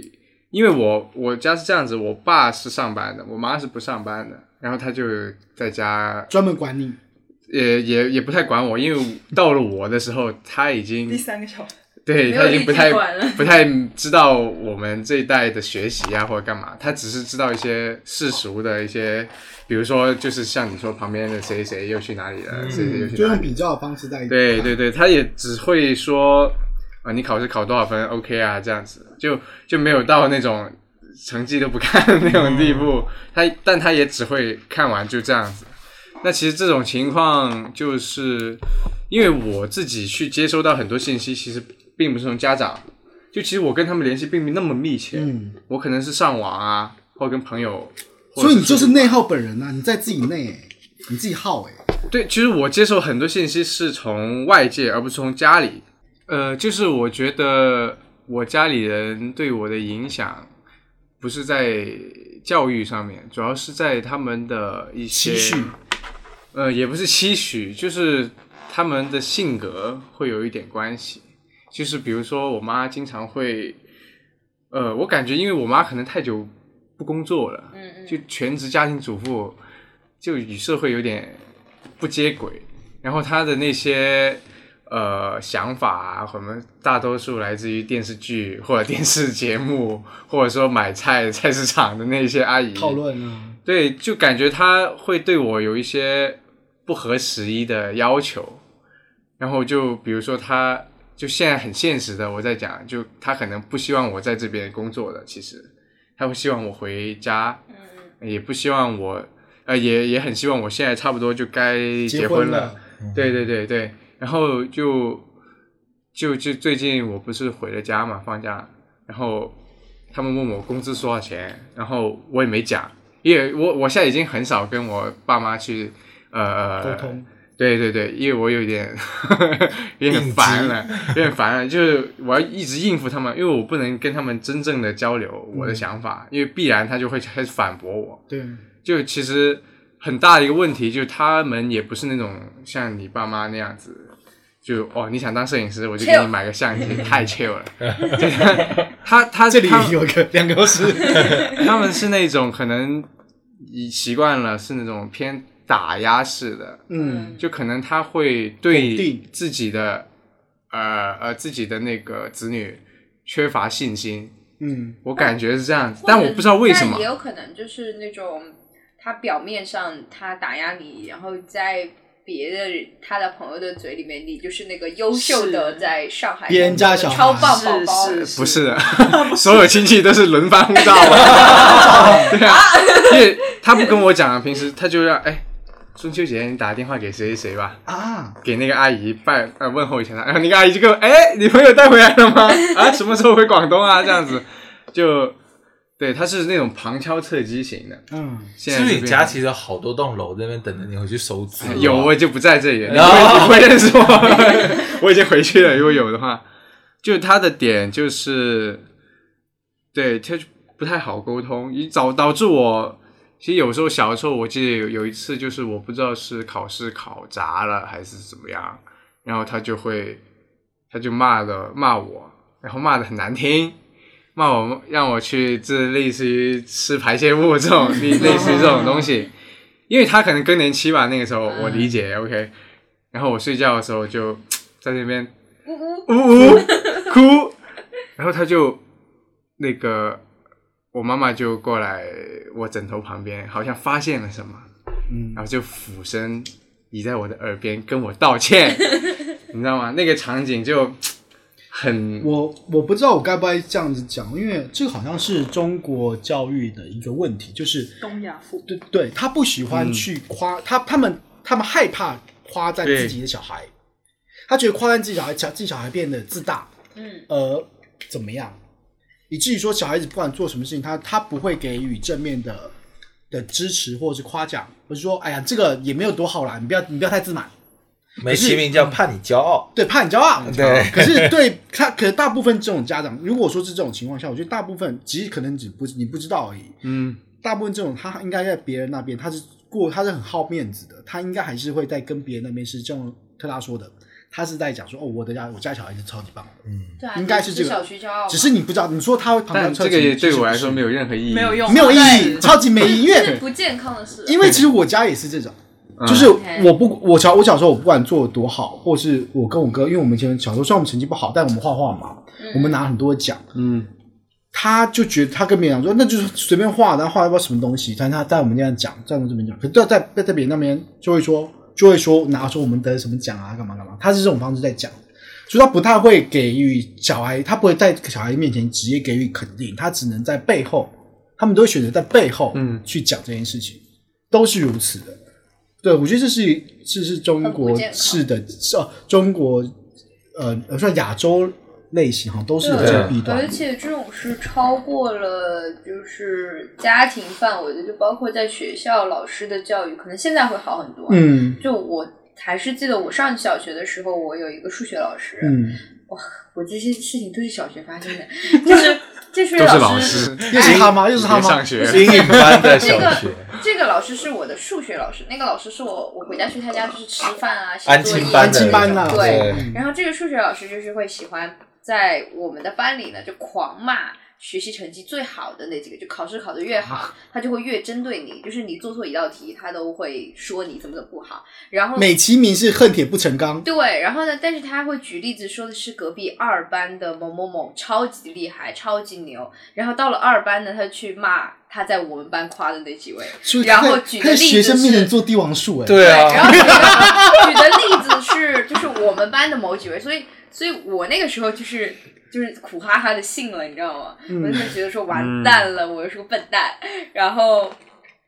B: 因为我我家是这样子，我爸是上班的，我妈是不上班的，然后他就在家，
A: 专门管你，
B: 也也也不太管我，因为到了我的时候，他已经
C: 第三个小孩，
B: 对
G: 没
B: 他
G: 有
B: 已经
G: 力
B: 不
G: 气
B: 太
G: 管了
B: 不太知道我们这一代的学习啊或者干嘛，他只是知道一些世俗的一些，比如说就是像你说旁边的谁谁又去哪里了，谁谁又
A: 嗯
B: 去
A: 就
B: 哪
A: 用
B: 里
A: 比
B: 了，
A: 较的方式在
B: 对对对，他也只会说啊你考试考多少分 OK 啊这样子，就就没有到那种成绩都不看的那种地
A: 嗯
B: 步，他但他也只会看完就这样子。那其实这种情况，就是因为我自己去接收到很多信息，其实并不是从家长，就其实我跟他们联系并没那么密切，
A: 嗯，
B: 我可能是上网啊，或者跟朋友，或者
A: 所以你就是
B: 出去
A: 内耗本人呐、啊你在自己内耶，你自己耗哎，
B: 对，其实我接受很多信息是从外界，而不是从家里。呃，就是我觉得我家里人对我的影响，不是在教育上面，主要是在他们的一些
A: 期许，
B: 呃，也不是期许，就是他们的性格会有一点关系。就是比如说，我妈经常会，呃，我感觉因为我妈可能太久不工作了，
G: 嗯嗯，
B: 就全职家庭主妇，就与社会有点不接轨。然后他的那些呃想法啊，我们大多数来自于电视剧或者电视节目，或者说买菜菜市场的那些阿姨
A: 讨论啊，
B: 对，就感觉他会对我有一些不合时宜的要求，然后就比如说他就现在很现实的我在讲，就他可能不希望我在这边工作的，其实他会希望我回家，
G: 嗯
B: 也不希望我，呃，也也很希望我现在差不多就该结
A: 婚
B: 婚了，，对对对对，然后就就就最近我不是回了家嘛，放假，然后他们问我工资多少钱，然后我也没讲，因为我我现在已经很少跟我爸妈去呃
A: 沟通，
B: 对对对，因为我有点 有点烦了，有点烦了，就是我要一直应付他们，因为我不能跟他们真正的交流我
A: 嗯
B: 的想法，因为必然他就会开始反驳我，
A: 对，
B: 就其实很大的一个问题，就是他们也不是那种像你爸妈那样子，就哦，你想当摄影师，我就给
G: Chill
B: 你买个相机，太 chill 了。就他他他
A: 这里
B: 他
A: 有一个两个都是，
B: 他们是那种可能已习惯了，是那种偏打压式的，
A: 嗯，
B: 就可能他会
A: 否
B: 对
A: 定
B: 自己的呃呃自己的那个子女缺乏信心，
A: 嗯，
B: 我感觉是这样子，
G: 或者
B: 但我不知道为什么
G: 但也。有可能就是那种他表面上他打压你，然后在别的人他的朋友的嘴里面，你就是那个优秀的
C: 是
G: 在上海
A: 别人家小孩
G: 超棒宝
C: 是
G: 宝。
C: 是
B: 不是的， 所有亲戚都是轮番呼到 我。对啊，因为他不跟我讲啊，平时他就要哎，中秋节你打电话给谁谁谁吧，
A: 啊，
B: 给那个阿姨拜呃问候一下她，然后那个阿姨就跟我哎，你朋友带回来了吗？啊，什么时候回广东啊？这样子，就对，他是那种旁敲侧击型的。
A: 嗯，
B: 现
D: 是
B: 在
D: 不
B: 这
D: 是
B: 边
D: 你家其实有好多栋楼在那边等着你回去收租 啊？
B: 有我就不在这里了，你
D: 哦
B: 会你会认识我， 我已经回去了。如果有的话，就他的点就是，对他就不太好沟通，以导导致我其实有时候小的时候，我记得有有一次就是我不知道是考试考砸了还是怎么样，然后他就会他就骂了骂我，然后骂的很难听。骂我让我去这类似于吃排泄物这 种类类似于这种东西，因为他可能更年期吧，那个时候
G: 嗯
B: 我理解、OK。然后我睡觉的时候就在那边
G: 呜呜，
B: 呜呜哭，然后他就那个我妈妈就过来我枕头旁边，好像发现了什么，
A: 嗯
B: 然后就俯身倚在我的耳边跟我 道歉，你知道吗？那个场景就很
A: 我我不知道我该不该这样子讲，因为这个好像是中国教育的一个问题，就是
C: 东亚父
A: 对对，他不喜欢去夸、他，他们他们害怕夸赞
B: 对
A: 自己的小孩，他觉得夸赞自己小孩，小自己小孩变得自大，
G: 嗯，
A: 呃，怎么样，以至于说小孩子不管做什么事情，他他不会给予正面的的支持或者是夸奖，我是说，哎呀，这个也没有多好啦，你不要你不要太自满，
D: 美其名叫怕你骄傲。
A: 对，怕你骄傲，
D: 对
A: 可是对他，可是大部分这种家长，如果说是这种情况下，我觉得大部分其实可能只不你不知道而已。
B: 嗯
A: 大部分这种他应该在别人那边，他是过他是很好面子的，他应该还是会在跟别人那边是这种特拉说的，他是在讲说哦，我的家我家小孩是超级棒的，
D: 嗯，
G: 对啊，
A: 应该是这个
G: 小区骄傲嘛，
A: 只是你不知道，你说他会旁
B: 但
A: 边
B: 这个也对我来说没
A: 有
B: 有任何意义，
C: 没有用，啊
A: 没有意
C: 对
A: 义，超级没意义，因
G: 是
A: 为
G: 不健康的事。
A: 因为其实我家也是这种。
B: 嗯
A: 就是我不，我小我小时候我不管做的多好，或是我跟我哥，因为我们以前小时候虽然我们成绩不好，但我们画画嘛，
G: 嗯
A: 我们拿很多奖，
B: 嗯
A: 他就觉得他跟别人讲说，那就是随便画，然后画不知道什么东西，但他在我们那样讲，在我们这边讲，可是在在在别人那边就会说，就会说拿说我们得什么奖啊，干嘛干嘛，他是这种方式在讲，所以他不太会给予小孩，他不会在小孩面前直接给予肯定，他只能在背后，他们都会选择在背后
B: 嗯
A: 去讲这件事情，都是如此的。对，我觉得这是这是中
G: 很不
A: 国
G: 健康
A: 式的，是、呃、中国呃呃算亚洲类型哈，都是有这个弊端的。
G: 而且这种是超过了就是家庭范围的，就包括在学校老师的教育，可能现在会好很多。，啊
A: 嗯，
G: 就我还是记得我上小学的时候，我有一个数学老师，
A: 嗯，
G: 我这些事情都是小学发 生的，就是这数学
B: 都是
G: 老
B: 老
G: 师
B: 师，
A: 又啊是他吗？又是他
B: 别上
A: 吗？
B: 学，
D: 阴影班的小
G: 这个
D: 学，
G: 这个老师是我的数学老师，那个老师是我我回家去他家就是吃饭啊，写
D: 安
G: 作业
D: 静班
A: 安静
D: 的
A: 班
D: 那
A: 呐
D: 种
G: 对
A: 嗯
G: 然后这个数学老师就是会喜欢在我们的班里呢，就狂骂学习成绩最好的那几个，就考试考得越好，他就会越针对你，就是你做错一道题，他都会说你怎么怎么不好。然后
A: 美其名是恨铁不成钢，
G: 对，然后呢，但是他会举例子说的是隔壁二班的某某某超级厉害，超级牛。然后到了二班呢，他去骂他在我们班夸的那几位，
A: 所以
G: 然
A: 他在
G: 后举
A: 他在
G: 的例
A: 学
G: 子
A: 生面
G: 是
A: 前做帝王术，哎，
D: 对
G: 然
D: 啊，
G: 后举的举的例子是，就是我们班的某几位，所以，所以我那个时候就是就是苦哈哈的信了，你知道吗？
A: 嗯
G: 我就觉得说
D: 嗯
G: 完蛋了，我又是个笨蛋。然后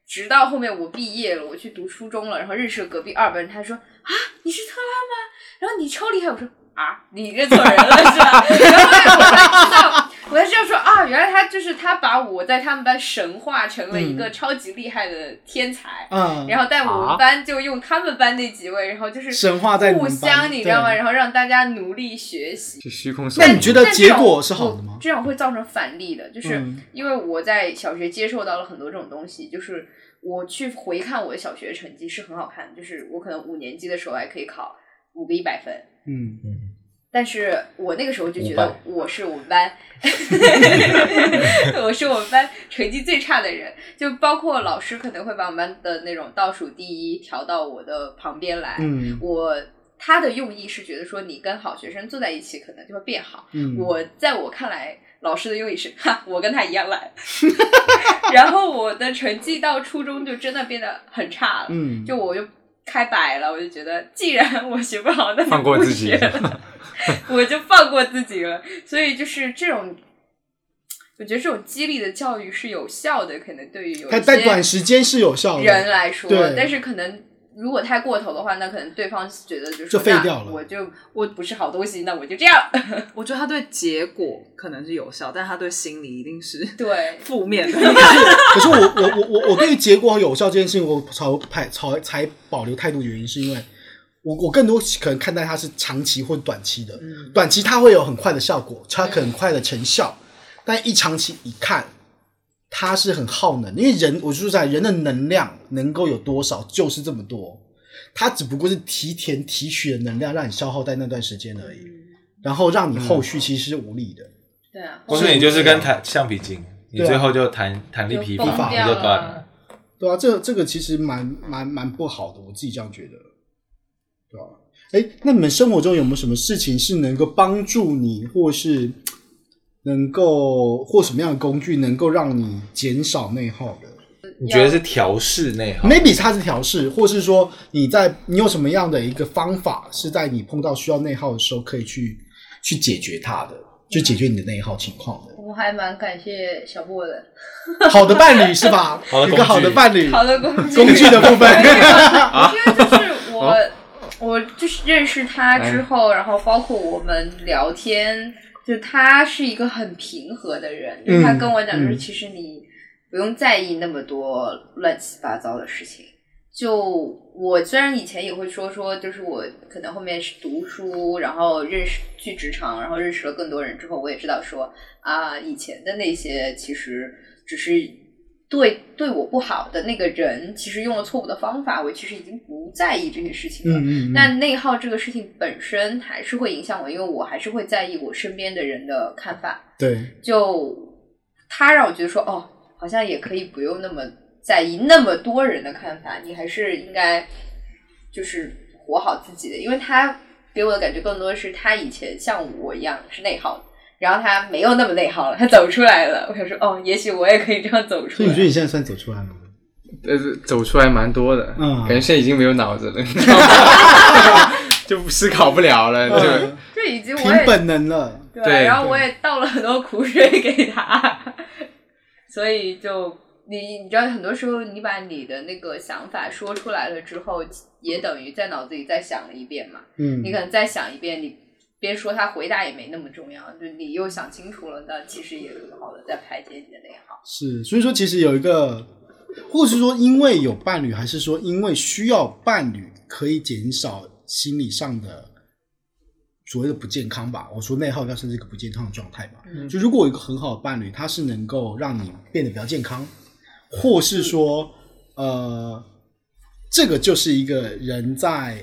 G: 直到后面我毕业了，我去读初中了，然后认识了隔壁二班，他说啊，你是特拉吗？然后你超厉害，我说啊，你认错人了是吧？ 然后我才知道。我才知道说啊，原来他就是他把我在他们班神化成了一个
D: 嗯
G: 超级厉害的天才，
A: 嗯，
G: 然后但我们班就用他们班那几位，然后就是
A: 神话在你们
G: 互
A: 班
G: 相，你知道吗？
A: 对
G: 然后让大家努力学习。
B: 就虚空
A: 那
B: 上
A: 你觉得
G: 但这
A: 结
G: 种
A: 果是好的吗？
G: 这种会造成反例的，就是
A: 嗯
G: 因为我在小学接受到了很多这种东西，就是我去回看我的小学成绩是很好看的，就是我可能五年级的时候还可以考五个一百分，
A: 嗯，
G: 但是我那个时候就觉
D: 500
G: 得我是我 们班， 我是我们班成绩最差的人，就包括老师可能会把我们班的那种倒数第一调到我的旁边来。
A: 嗯
G: 我他的用意是觉得说你跟好学生坐在一起，可能就会变好。
A: 嗯，
G: 我在我看来，老师的用意是哈，我跟他一样烂。 然后我的成绩到初中就真的变得很差了，
A: 嗯
G: 就我就开摆了，我就觉得既然我学不好，那就
B: 放过
G: 不
B: 自己
G: 学了我就放过自己了。所以就是这种，我觉得这种激励的教育是有效的，可能对于有
A: 它
G: 一
A: 在
G: 些
A: 短时间是有效的，
G: 人啊来说
A: 对，
G: 但是可能。如果太过头的话，那可能对方觉得就是
A: 就废掉了
G: 我就我不是好东西，那我就这样。
C: 我觉得他对结果可能是有效，但他对心理一定是
G: 对，
C: 负面的。
A: 可是我我我我我对于结果有效这件事情，我朝排朝才保留态度，原因是因为我我更多可能看待它是长期或短期的，
C: 嗯
A: 短期它会有很快的效果，它很快的成效，但一长期一看，它是很耗能，因为人我说实在，人的能量能够有多少就是这么多，它只不过是提填提取的能量让你消耗在那段时间而已，然后让你后续其实是无力的，
G: 对啊，
D: 或者你就是跟弹橡皮筋，你
A: 对啊
D: 最后就弹弹力
G: 就
D: 皮
G: 崩
D: 筏
G: 掉
D: 就断
G: 了
D: 了。
A: 对啊，这这个其实蛮蛮蛮不好的，我自己这样觉得，对吧、哎，那你们生活中有没有什么事情是能够帮助你，或是能够或什么样的工具能够让你减少内耗的
D: 你觉得是调试内耗？
A: ？maybe 它是调试，或是说你在你有什么样的一个方法，是在你碰到需要内耗的时候可以去去解决它的，去解决你的内耗情况的。
G: 我还蛮感谢小布的，
A: 好的伴侣是吧？
D: 好的
A: 有一个 好的
D: 工具
A: 伴侣，
G: 好的工具，
A: 工具的部分啊
G: 因为就是我，
A: 哦
G: 我就是认识他
A: 哎
G: 之后，然后包括我们聊天，就他是一个很平和的人，就他
A: 嗯
G: 跟我讲，就是
A: 嗯
G: 其实你不用在意那么多乱七八糟的事情。就我虽然以前也会说说，就是我可能后面是读书，然后认识去职场，然后认识了更多人之后，我也知道说啊，以前的那些其实只是对对我不好的那个人，其实用了错误的方法，我其实已经不在意这些事情了。
A: 嗯嗯嗯，
G: 但内耗这个事情本身还是会影响我，因为我还是会在意我身边的人的看法。
A: 对。
G: 就他让我觉得说，哦，好像也可以不用那么在意那么多人的看法，你还是应该就是活好自己的。因为他给我的感觉更多的是他以前像我一样是内耗的，然后他没有那么内耗了，他走出来了。我想说，哦，也许我也可以这样走出
A: 所以
G: 来
A: 你觉。得你现在算走出来了吗？
B: 呃，走出来蛮多的，
A: 嗯
B: 感觉现在已经没有脑子了，你知道吗 就思考不了了，
A: 嗯
B: 就
G: 这已嗯经我
A: 凭
G: 也
A: 本能了。
G: 对，
B: 对
G: 然后
B: 对
G: 我也倒了很多苦水给他，所以就你你知道，很多时候你把你的那个想法说出来了之后，也等于在脑子里再想了一遍嘛。
A: 嗯，
G: 你可能再想一遍，你边说他回答也没那么重要，就你又想清楚了，那其实也很好的在排解你的内耗。
A: 是，所以说其实有一个，或是说因为有伴侣，还是说因为需要伴侣可以减少心理上的所谓的不健康吧。我说内耗掉甚至一个不健康的状态吧。
G: 嗯
A: 就如果有一个很好的伴侣，他是能够让你变得比较健康，或是说，呃，这个就是一个人在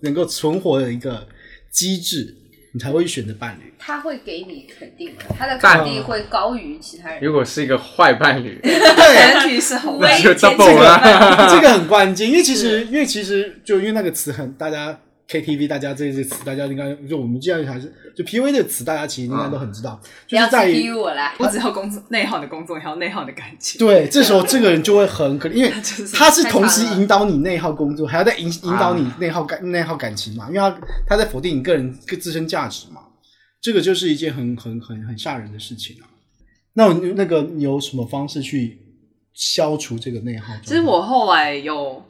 A: 能够存活的一个机制，你才会去选择伴 侣。
G: 他会给你肯定的，他的肯定会高于其他人。
B: 如果是一个坏伴侣，
C: 前提是好的。
G: 喂
B: 那就
G: 前几
B: double
G: 个
B: 了。
A: 哎这个很关键，因为其实，因为其实就因为那个词很大家 KTV，大家这些词大家应该就我们这样还是就 PUA 这个词，大家其实应该都很知道，
G: 不
A: 就
G: 要
A: 是在于
G: Q 我啦，
C: 我只要工作内耗你的工作，也要内耗你的感情。
A: 对，这时候这个人就会很可怜，因为
C: 就是
A: 他是同时
G: 太惨了
A: 引导你内耗工作，还要再引引导你内耗感内耗感情嘛，因为他他在否定你个人个自身价值嘛，这个就是一件很很很很吓人的事情啊。那我那个你有什么方式去消除这个内耗状态？
C: 其实我后来有，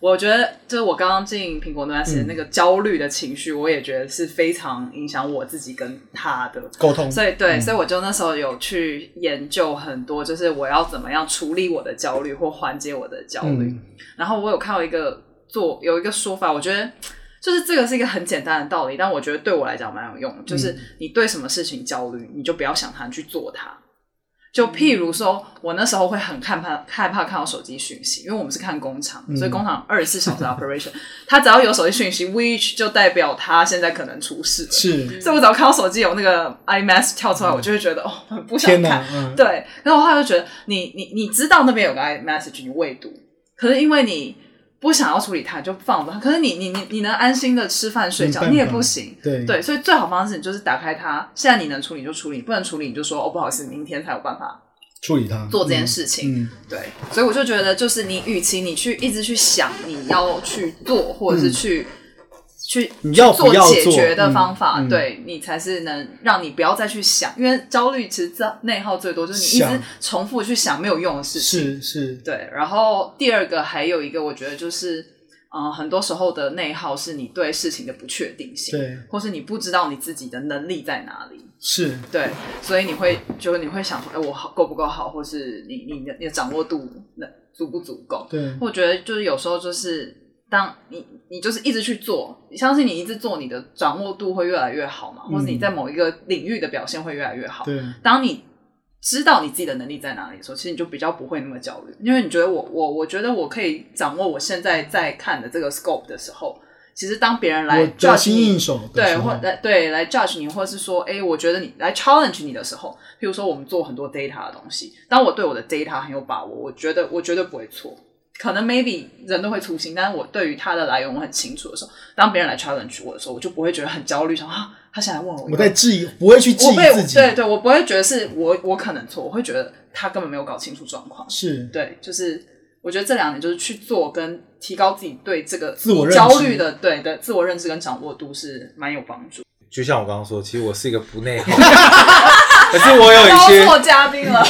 C: 我觉得就是我刚刚进苹果那段时间，
A: 嗯
C: 那个焦虑的情绪，我也觉得是非常影响我自己跟他的。
A: 沟通，
C: 所以对，
A: 嗯
C: 所以我就那时候有去研究很多，就是我要怎么样处理我的焦虑或缓解我的焦虑。
A: 嗯
C: 然后我有看到一个做有一个说法，我觉得就是这个是一个很简单的道理，但我觉得对我来讲蛮有
A: 嗯
C: 用的。就是你对什么事情焦虑，你就不要想它，你去做它。就
A: 嗯
C: 譬如说，我那时候会很害怕害怕看到手机讯息，因为我们是看工厂，
A: 嗯
C: 所以工厂二十四小时 operation，、它 只要有手机讯息，which 就代表它现在可能出事了。
A: 是
C: 所以我只要看到手机有那个 iMess 跳出来，我就会觉得哦，我不
A: 嗯
C: 想
A: 天
C: 看
A: 哪，。嗯，
C: 对，然后他就觉得你你你知道那边有个 iMessage，你未读，可是因为你不想要处理它，你就放着它。可是你你你你能安心的吃饭睡
A: 没
C: 觉，
A: 办
C: 你也
A: 法
C: 不行。
A: 对
C: 对，所以最好方式你就是打开它，现在你能处理就处理，不能处理你就说哦不好意思，明天才有办法
A: 处理它
C: 做这件事情。
A: 嗯，
C: 对，所以我就觉得，就是你与其你去一直去想你要去做，或者是
A: 嗯
C: 去、去
A: 你要不
C: 做
A: 要
C: 解
A: 做
C: 决的
A: 嗯
C: 方法，
A: 嗯
C: 对你才是能让你不要再去想，因为焦虑其实这内耗最多就是你一直
A: 想
C: 重复去想没有用的事
A: 是
C: 情。
A: 是，
C: 对，然后第二个还有一个，我觉得就是，嗯、很多时候的内耗是你对事情的不确定性，
A: 对，
C: 或是你不知道你自己的能力在哪里。
A: 是
C: 对，所以你会就是你会想说，哎、我好够不够好，或是你你的你的掌握度那足不足够？
A: 对，
C: 我觉得就是有时候就是当你你就是一直去做，你相信你一直做，你的掌握度会越来越好嘛，或者你
A: 嗯
C: 在某一个领域的表现会越来越好。
A: 对，
C: 当你知道你自己的能力在哪里的时候，其实你就比较不会那么焦虑，因为你觉得我我我觉得我可以掌握我现在在看的这个 scope 的时候，其实当别人来
A: 我得
C: judge
A: 心
C: 你
A: 应手的
C: 对，
A: 时候
C: 或来对来 judge 你，或是说，哎，我觉得你来 challenge 你的时候，譬如说我们做很多 data 的东西，当我对我的 data 很有把握，我觉得我绝对不会错。可能 maybe 人都会粗心，但是我对于它的来源我很清楚的时候，当别人来 challenge 我的时候，我就不会觉得很焦虑，想啊，他现在问我一个，
A: 我在质疑，不会去质
C: 我被
A: 疑自己，
C: 对对，我不会觉得是我我可能错，我会觉得他根本没有搞清楚状况。
A: 是
C: 对，就是我觉得这两点就是去做跟提高自己对这个
A: 自我认知
C: 焦虑的对的自我认知跟掌握度是蛮有帮助。
D: 就像我刚刚说，其实我是一个不内耗的人，可是我有一些，
C: 错嘉宾 了，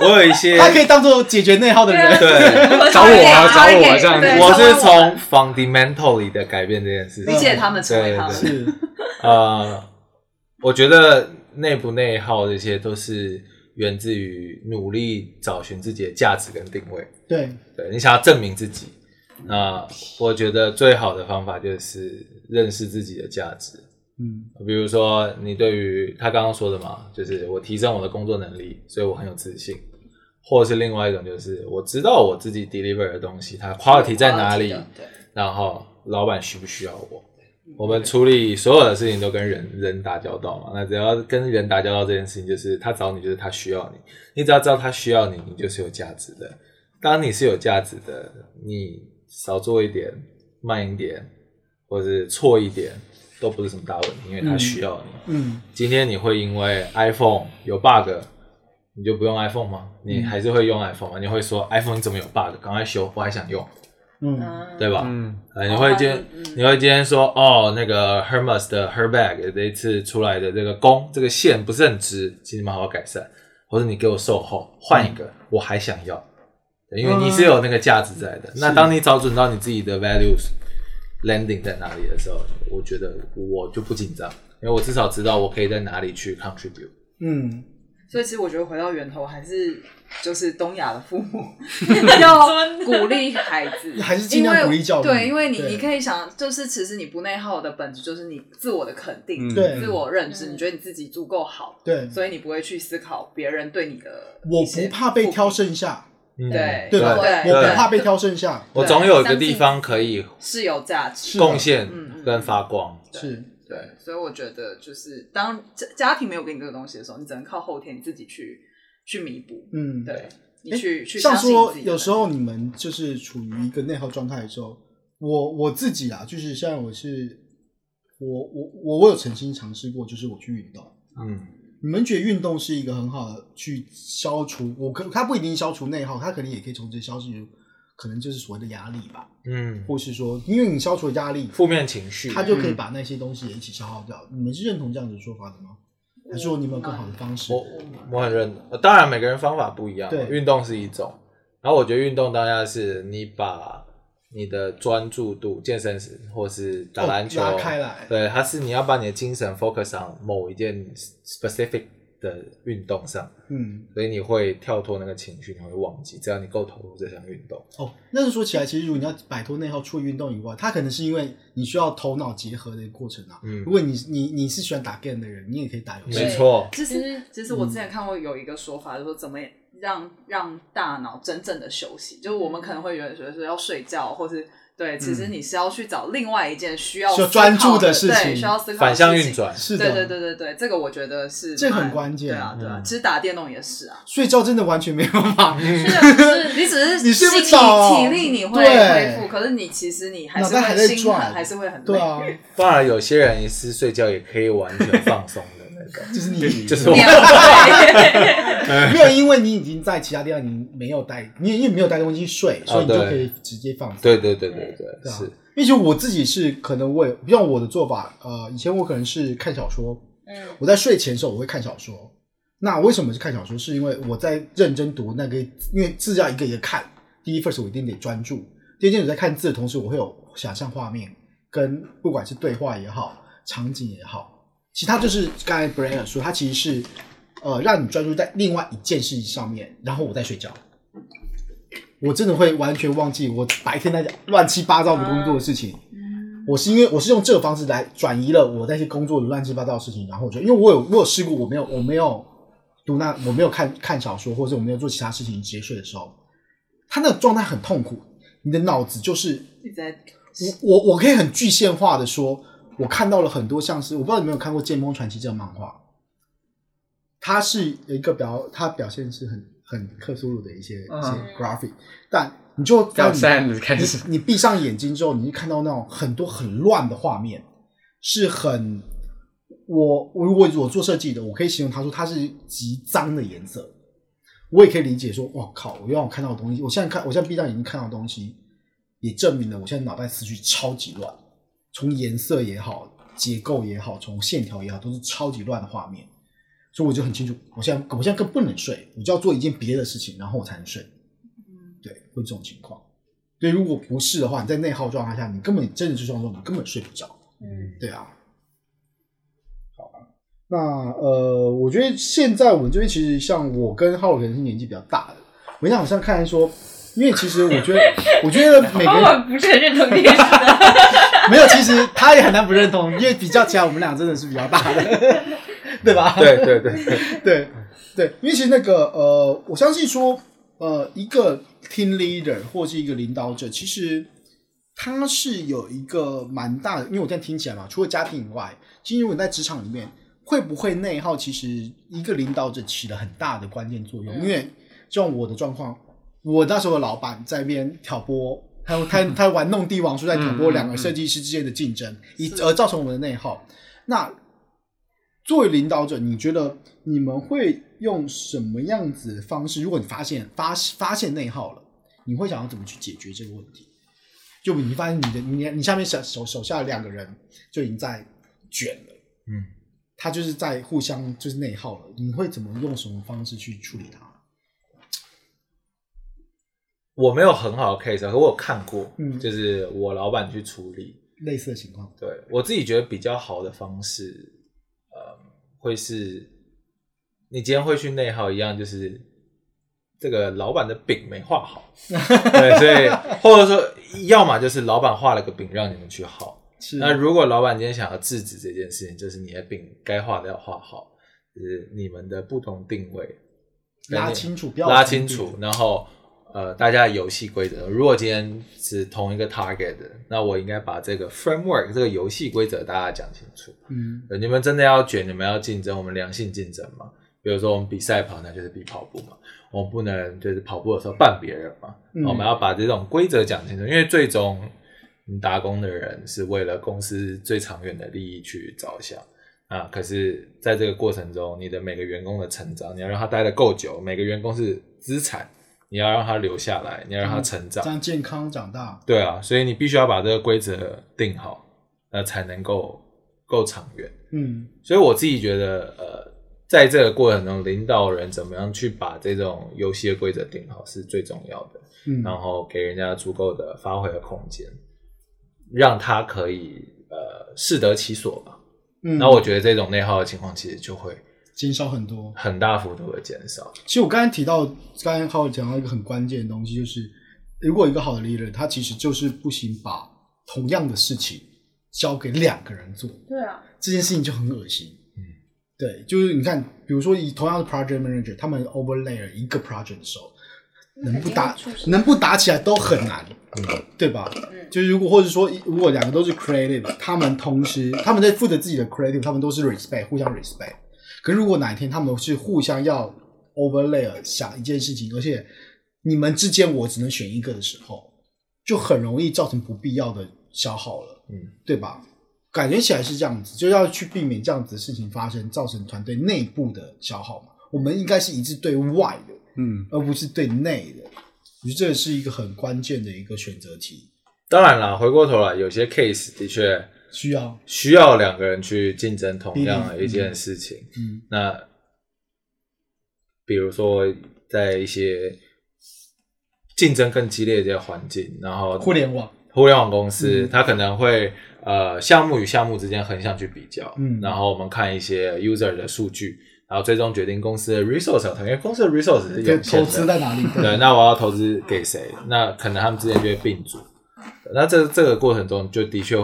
D: 我有一些，
A: 他可以当做解决内耗的
C: 啊
A: 人。
D: 对，
B: 找我啊，找我啊，这样
C: 对
B: 子。
D: 我是
C: 成为我
D: 从 fundamentally 的改变这件事情，
C: 理解他们，成为
D: 对
C: 他
D: 对
C: 们。
A: 是，
D: 呃，我觉得内不内耗这些都是源自于努力找寻自己的价值跟定位。
A: 对，
D: 对你想要证明自己，那我觉得最好的方法就是认识自己的价值。
A: 嗯，
D: 比如说，你对于他刚刚说的嘛，就是我提升我的工作能力，所以我很有自信；或者是另外一种，就是我知道我自己 deliver 的东西，它 quality 在哪里，
G: 对，
D: 然后老板需不需要我？我们处理所有的事情都跟人人打交道嘛，那只要跟人打交道这件事情，就是他找你就是他需要你，你只要知道他需要你，你就是有价值的。当你是有价值的，你少做一点，慢一点，或是错一点，都不是什么大问题，因为他需要你。
A: 嗯，
D: 今天你会因为 iPhone 有 bug，你就不用 iPhone 吗？你还是会用 iPhone 吗？你会说 iPhone 你怎么有 bug？赶快修，我还想用，
A: 嗯，
G: 嗯，
D: 对吧？
B: 嗯，
D: 呃，你会今
G: 哦嗯
D: 你会今天说哦，那个 Hermes 的 Herbag 这一次出来的这个弓这个线不是很直，请你们好好改善，或者你给我售后换一个，我还想要，对因为你是有那个价值在的。那当你找准到你自己的 values landing 在哪里的时候，我觉得我就不紧张，因为我至少知道我可以在哪里去 contribute。
A: 嗯，
F: 所以其实我觉得回到源头还是就是东亚的父母，
C: 要 鼓励孩 子，
A: 还是尽量
C: 因为
A: 鼓励教育
C: 对，因为你
A: 对
C: 你可以想，就是其实你不内耗的本质就是你自我的肯定、
B: 嗯
A: 对
C: 自我认知，
G: 嗯
C: 你觉得你自己足够好，
A: 对，
C: 所以你不会去思考别人对你的
A: 我
C: 一些
A: 不怕被挑
C: 负评，
A: 剩下，
D: 嗯
C: 对
A: 对吧？
G: 对
A: 我不怕被挑剩下，
D: 我总有一个地方可以
C: 是有价值
A: 是
C: 的。
A: 的
D: 贡献
C: 嗯嗯
D: 跟发光。
A: 是
C: 对，所以我觉得就是当家家庭没有给你这个东西的时候，你只能靠后天你自己去去弥补。
A: 嗯，
C: 对，你去去
A: 像
C: 相信
A: 说
C: 自己的
A: 有时
C: 能
A: 候
C: 力
A: 你们就是处于一个内耗状态的时候，我我自己啊，就是像我是我我我我有曾经尝试过，就是我去运动。
D: 嗯，
A: 你们觉得运动是一个很好的去消除？我可它不一定消除内耗，它可能也可以从这消除，可能就是所谓的压力吧，
D: 嗯，
A: 或是说，因为你消除了压力，
D: 负嗯面情绪，
A: 它就可以把那些东西也一起消耗掉。你们是认同这样子的说法的吗？还是说你们有更好的方式？
D: 我我很认同，当然每个人方法不一样，
A: 对
D: 运动是一种，然后我觉得运动当下是你把你的专注度，健身时或是打篮球、
A: 哦拉开来
D: 对，它是你要把你的精神 focus on 某一件 specific 的运动上，
A: 嗯，
D: 所以你会跳脱那个情绪，你会忘记，只要你够投入这项运动，
A: 哦，那是说起来，其实如果你要摆脱内耗，除了运动以外，它可能是因为你需要头脑结合的一个过程啊。
D: 嗯
A: 如果你你你是喜欢打 game 的人，你也可以打游戏
D: 没。错，
C: 其
G: 嗯
C: 实，其实我之前看过有一个说法，就是说怎么让让大脑真正的休息，就是我们可能会有人觉得说要睡觉，或是对，其实你是要去找另外一件需要
A: 嗯需要
C: 思考
A: 专注的
C: 的
A: 事情
C: 对需要思考的
D: 反向
C: 事
D: 运
C: 情。
D: 转，
A: 是
C: 对
A: 的，
C: 对对对对，这个我觉得是
A: 这很
C: 蛮
A: 关键
C: 对啊对啊，
D: 嗯
C: 其实打电动也是啊，
A: 睡觉真的完全没有办 法，
C: 就是你只是
A: 你睡不
C: 心理
A: 着
C: 体力你会
A: 对
C: 恢复，可是你其实你还
A: 脑
C: 是
A: 袋还在
C: 会心
A: 转
C: 很还是会很累。
A: 对 啊，，
D: 当然有些人是睡觉也可以完全放松的那种
A: 就是你
D: 就是我。
A: 没有，因为你已经在其他地方，你没有带，你也因为没有带东西睡，所以你就
D: 啊对
A: 可以直接放松。
D: 对对对对对，
A: 对啊
D: 是，
A: 因为其实我自己是可能我也像我的做法，呃，以前我可能是看小说，
G: 嗯
A: 我在睡前的时候我会看小说。那为什么是看小说？是因为我在认真读那个，因为字要一个一个看。第一份是我一定得专注，第二件我在看字的同时，我会有想象画面，跟不管是对话也好，场景也好，其他就是刚才 Brian 说，它其实是呃让你专注在另外一件事情上面，然后我再睡觉。我真的会完全忘记我白天那些乱七八糟的工作的事情。我是因为我是用这个方式来转移了我那些工作的乱七八糟的事情，然后我就因为我有我有试过，我没有我没有读那我没有看看小说，或者我没有做其他事情直接睡的时候，他那个状态很痛苦，你的脑子就是
C: 一直在
A: 我我我可以很具现化的说，我看到了很多像是我不知道你有没有看过《剑锋传奇》这个漫画，它是有一个表，它表现是很很克苏鲁的一些一些 graphic，、但你就
B: 要
A: 你
B: 散了开始。
A: 你你闭上眼睛之后，你就看到那种很多很乱的画面，是很我我如果我做设计的，我可以形容它说它是极脏的颜色。我也可以理解说，哇靠！我又让我看到的东西，我现在看，我现在闭上眼睛看到的东西，也证明了我现在脑袋思绪超级乱，从颜色也好，结构也好，从线条也好，都是超级乱的画面。所以我就很清楚，我现在我现在更不能睡，我就要做一件别的事情，然后我才能睡。对，会这种情况。对，如果不是的话，你在内耗状态下，你根本真的是状态中，你根本睡不着。
G: 嗯，
A: 对啊，好吧。那呃，我觉得现在我们这边其实像我跟浩可能是年纪比较大的，我想像看说，因为其实我觉得，我觉得 每个
G: 包
A: 人
G: 括不是很认同这个事的，
A: 没有，其实他也很难不认同，因为比较起来，我们俩真的是比较大的， 对吧？
D: 对对对对，
A: 对对，因为其实那个呃，我相信说呃，一个 team leader 或是一个领导者，其实他是有一个蛮大的，因为我这样听起来嘛，除了家庭以外，其实如果你在职场里面会不会内耗，其实一个领导者起了很大的关键作用。因为像我的状况，我那时候的老板在那边挑拨。他 他他玩弄帝王术，在挑拨两个设计师之间的竞争，以而造成我们的内耗。那作为领导者，你觉得你们会用什么样子的方式？如果你发现发发现内耗了，你会想要怎么去解决这个问题？就你发现你的你你下面手手手下的两个人就已经在卷了，
D: 嗯，
A: 他就是在互相就是内耗了，你会怎么用什么方式去处理它？
D: 我没有很好的 case，啊可我有看过，
A: 嗯
D: 就是我老板去处理。
A: 类似的情况，
D: 对我自己觉得比较好的方式，呃，会是嗯你今天会去内耗一样，就是这个老板的饼没画好，对，所以或者说，要么就是老板画了个饼让你们去耗。
A: 是
D: 那如果老板今天想要制止这件事情，就是你的饼该画的要画好，就是你们的不同定位
A: 拉清楚，不要
D: 拉
A: 重
D: 清
A: 叠
D: 楚，然后呃，大家游戏规则。如果今天是同一个 target，的那我应该把这个 framework 这个游戏规则大家讲清楚。
A: 嗯，
D: 呃你们真的要卷，你们要竞争，我们良性竞争嘛。比如说我们比赛跑，那就是比跑步嘛，我们不能就是跑步的时候绊别人嘛。
A: 嗯
D: 我们要把这种规则讲清楚，因为最终你打工的人是为了公司最长远的利益去着想啊。可是在这个过程中，你的每个员工的成长，你要让他待得够久，每个员工是资产，你要让他留下来，你要让他成长
A: 这。样健康长大，
D: 对啊，所以你必须要把这个规则定好，那才能够够长远。
A: 嗯
D: 所以我自己觉得，呃，在这个过程中，领导人怎么样去把这种游戏的规则定好是最重要的，
A: 嗯，
D: 然后给人家足够的发挥的空间，让他可以呃适得其所吧。
A: 嗯，
D: 那我觉得这种内耗的情况其实就会
A: 减少很多。
D: 很大幅度的减少。
A: 其实我刚才提到，刚才浩讲到一个很关键的东西，就是如果一个好的 leader，他其实就是不行把同样的事情交给两个人做，
G: 对啊，
A: 这件事情就很恶心。
D: 嗯，
A: 对，就是你看，比如说以同样的 project manager，他们 overlay 了一个 project 的时候，能不打
G: 肯定会出事
A: 能不打起来都很难，对吧？
G: 嗯
A: 就是如果或者说如果两个都是 creative，他们同时他们在负责自己的 creative，他们都是 respect，互相 respect。可是如果哪一天他们是互相要 overlay 想一件事情，而且你们之间我只能选一个的时候，就很容易造成不必要的消耗了。
D: 嗯，
A: 对吧？感觉起来是这样子，就要去避免这样子的事情发生，造成团队内部的消耗嘛。我们应该是一致对外的，
B: 嗯，
A: 而不是对内的。我觉得这是一个很关键的一个选择题，
D: 当然啦，回过头来，有些 case 的确
A: 需要
D: 需要两个人去竞争同样的一件事情。
A: 嗯
D: 那比如说在一些竞争更激烈的环境，然后
A: 互联网，
D: 互联网公司
A: 嗯，
D: 它可能会呃项目与项目之间横向去比较，
A: 嗯
D: 然后我们看一些 user 的数据，然后最终决定公司的 resource，因为公司的 resource 是
A: 对
D: 有限
A: 投
D: 的，
A: 资在哪里？
D: 对，那我要投资给谁？那可能他们之间就会并组。那这这个过程中，就的确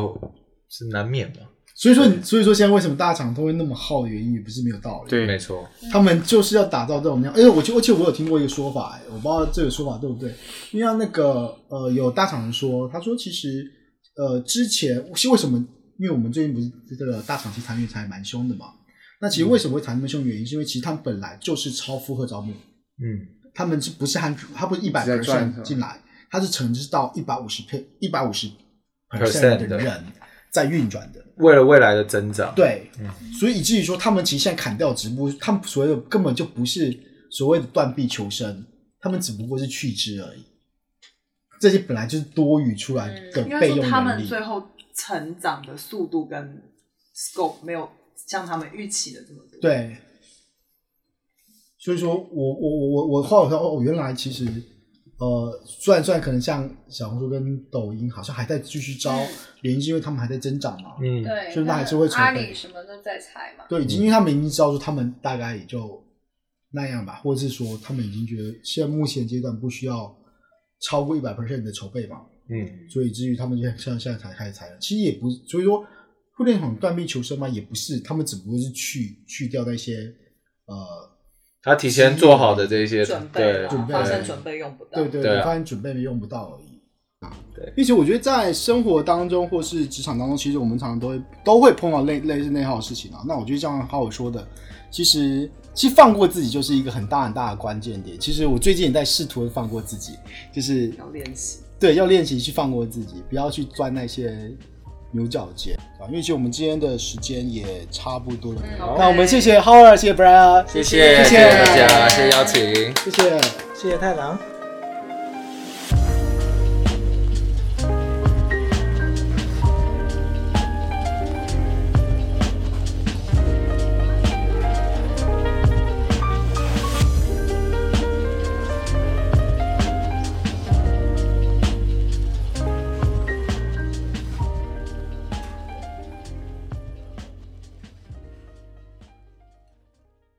D: 是难免嘛。
A: 所以说，所以说现在为什么大厂都会那么耗的原因，也不是没有道理。
B: 对
D: 没错，
A: 他们就是要打造这种量。而且我就而且我有听过一个说法、哎我不知道这个说法对不对，因为像那个呃有大厂人说，他说其实呃之前是为什么？因为我们最近不是这个大厂其实裁员裁蛮凶的嘛。那其实为什么会裁那么凶？原因是因为其实他们本来就是超负荷招募，
D: 嗯，
A: 他们是不是按他不是一百
B: 在赚是
A: percent
B: 吧
A: 进来，他是承制到一百五十 p 一百五十
D: percent
A: 的
D: 的
A: 人在运转的。
D: 为了未来的增长，
A: 对，
D: 嗯
A: 所以以至于说他们其实现在砍掉直播，他们所谓的根本就不是所谓的断臂求生，他们只不过是去之而已。这些本来就是多余出来的
F: 嗯应该
A: 备
F: 说
A: 用
F: 他
A: 能
F: 们
A: 力。
F: 最后成长的速度跟 scope 没有像他们预期的这么多。，
A: 对，所以说我我我我我后来我说哦，原来其实呃，虽然虽然可能像小红书跟抖音好像还在继续招，原因是因为他们还在增长嘛。
D: 嗯，
G: 对，
A: 所以它还是会
G: 们
A: 储备
G: 阿里什么都在裁嘛。
A: 对，已经因为他们已经知道说他们大概也就那样吧，或者是说他们已经觉得现在目前阶段不需要超过一百 percent 的筹备嘛，
D: 嗯，
A: 所以以至于他们就像现在才开始裁员，其实也不，所以说互联网断臂求生嘛，也不是，他们只不过是去去掉那些呃，
D: 他提前做好的这些
F: 准备
D: 对
F: 啦
A: 准备
F: 发现准备用不到。
A: 对对
D: 对啊
A: 发现准备没用不到而已。
D: 对
A: 并且我觉得在生活当中或是职场当中，其实我们常常都会都会碰到类类似内耗的事情啊。那我觉得像浩伟说的，其实其实放过自己就是一个很大很大的关键点。其实我最近也在试图地放过自 己，就是
F: 要练习。
A: 对，要练习去放过自己，不要去钻那些牛角尖啊。因为其实我们今天的时间也差不多了，
G: 嗯
A: 那我们谢谢浩尔，谢谢 Brian，
D: 谢谢
A: 谢
D: 谢
A: 谢
D: 谢大家，谢谢邀请。
A: 谢谢。
D: 谢谢太郎。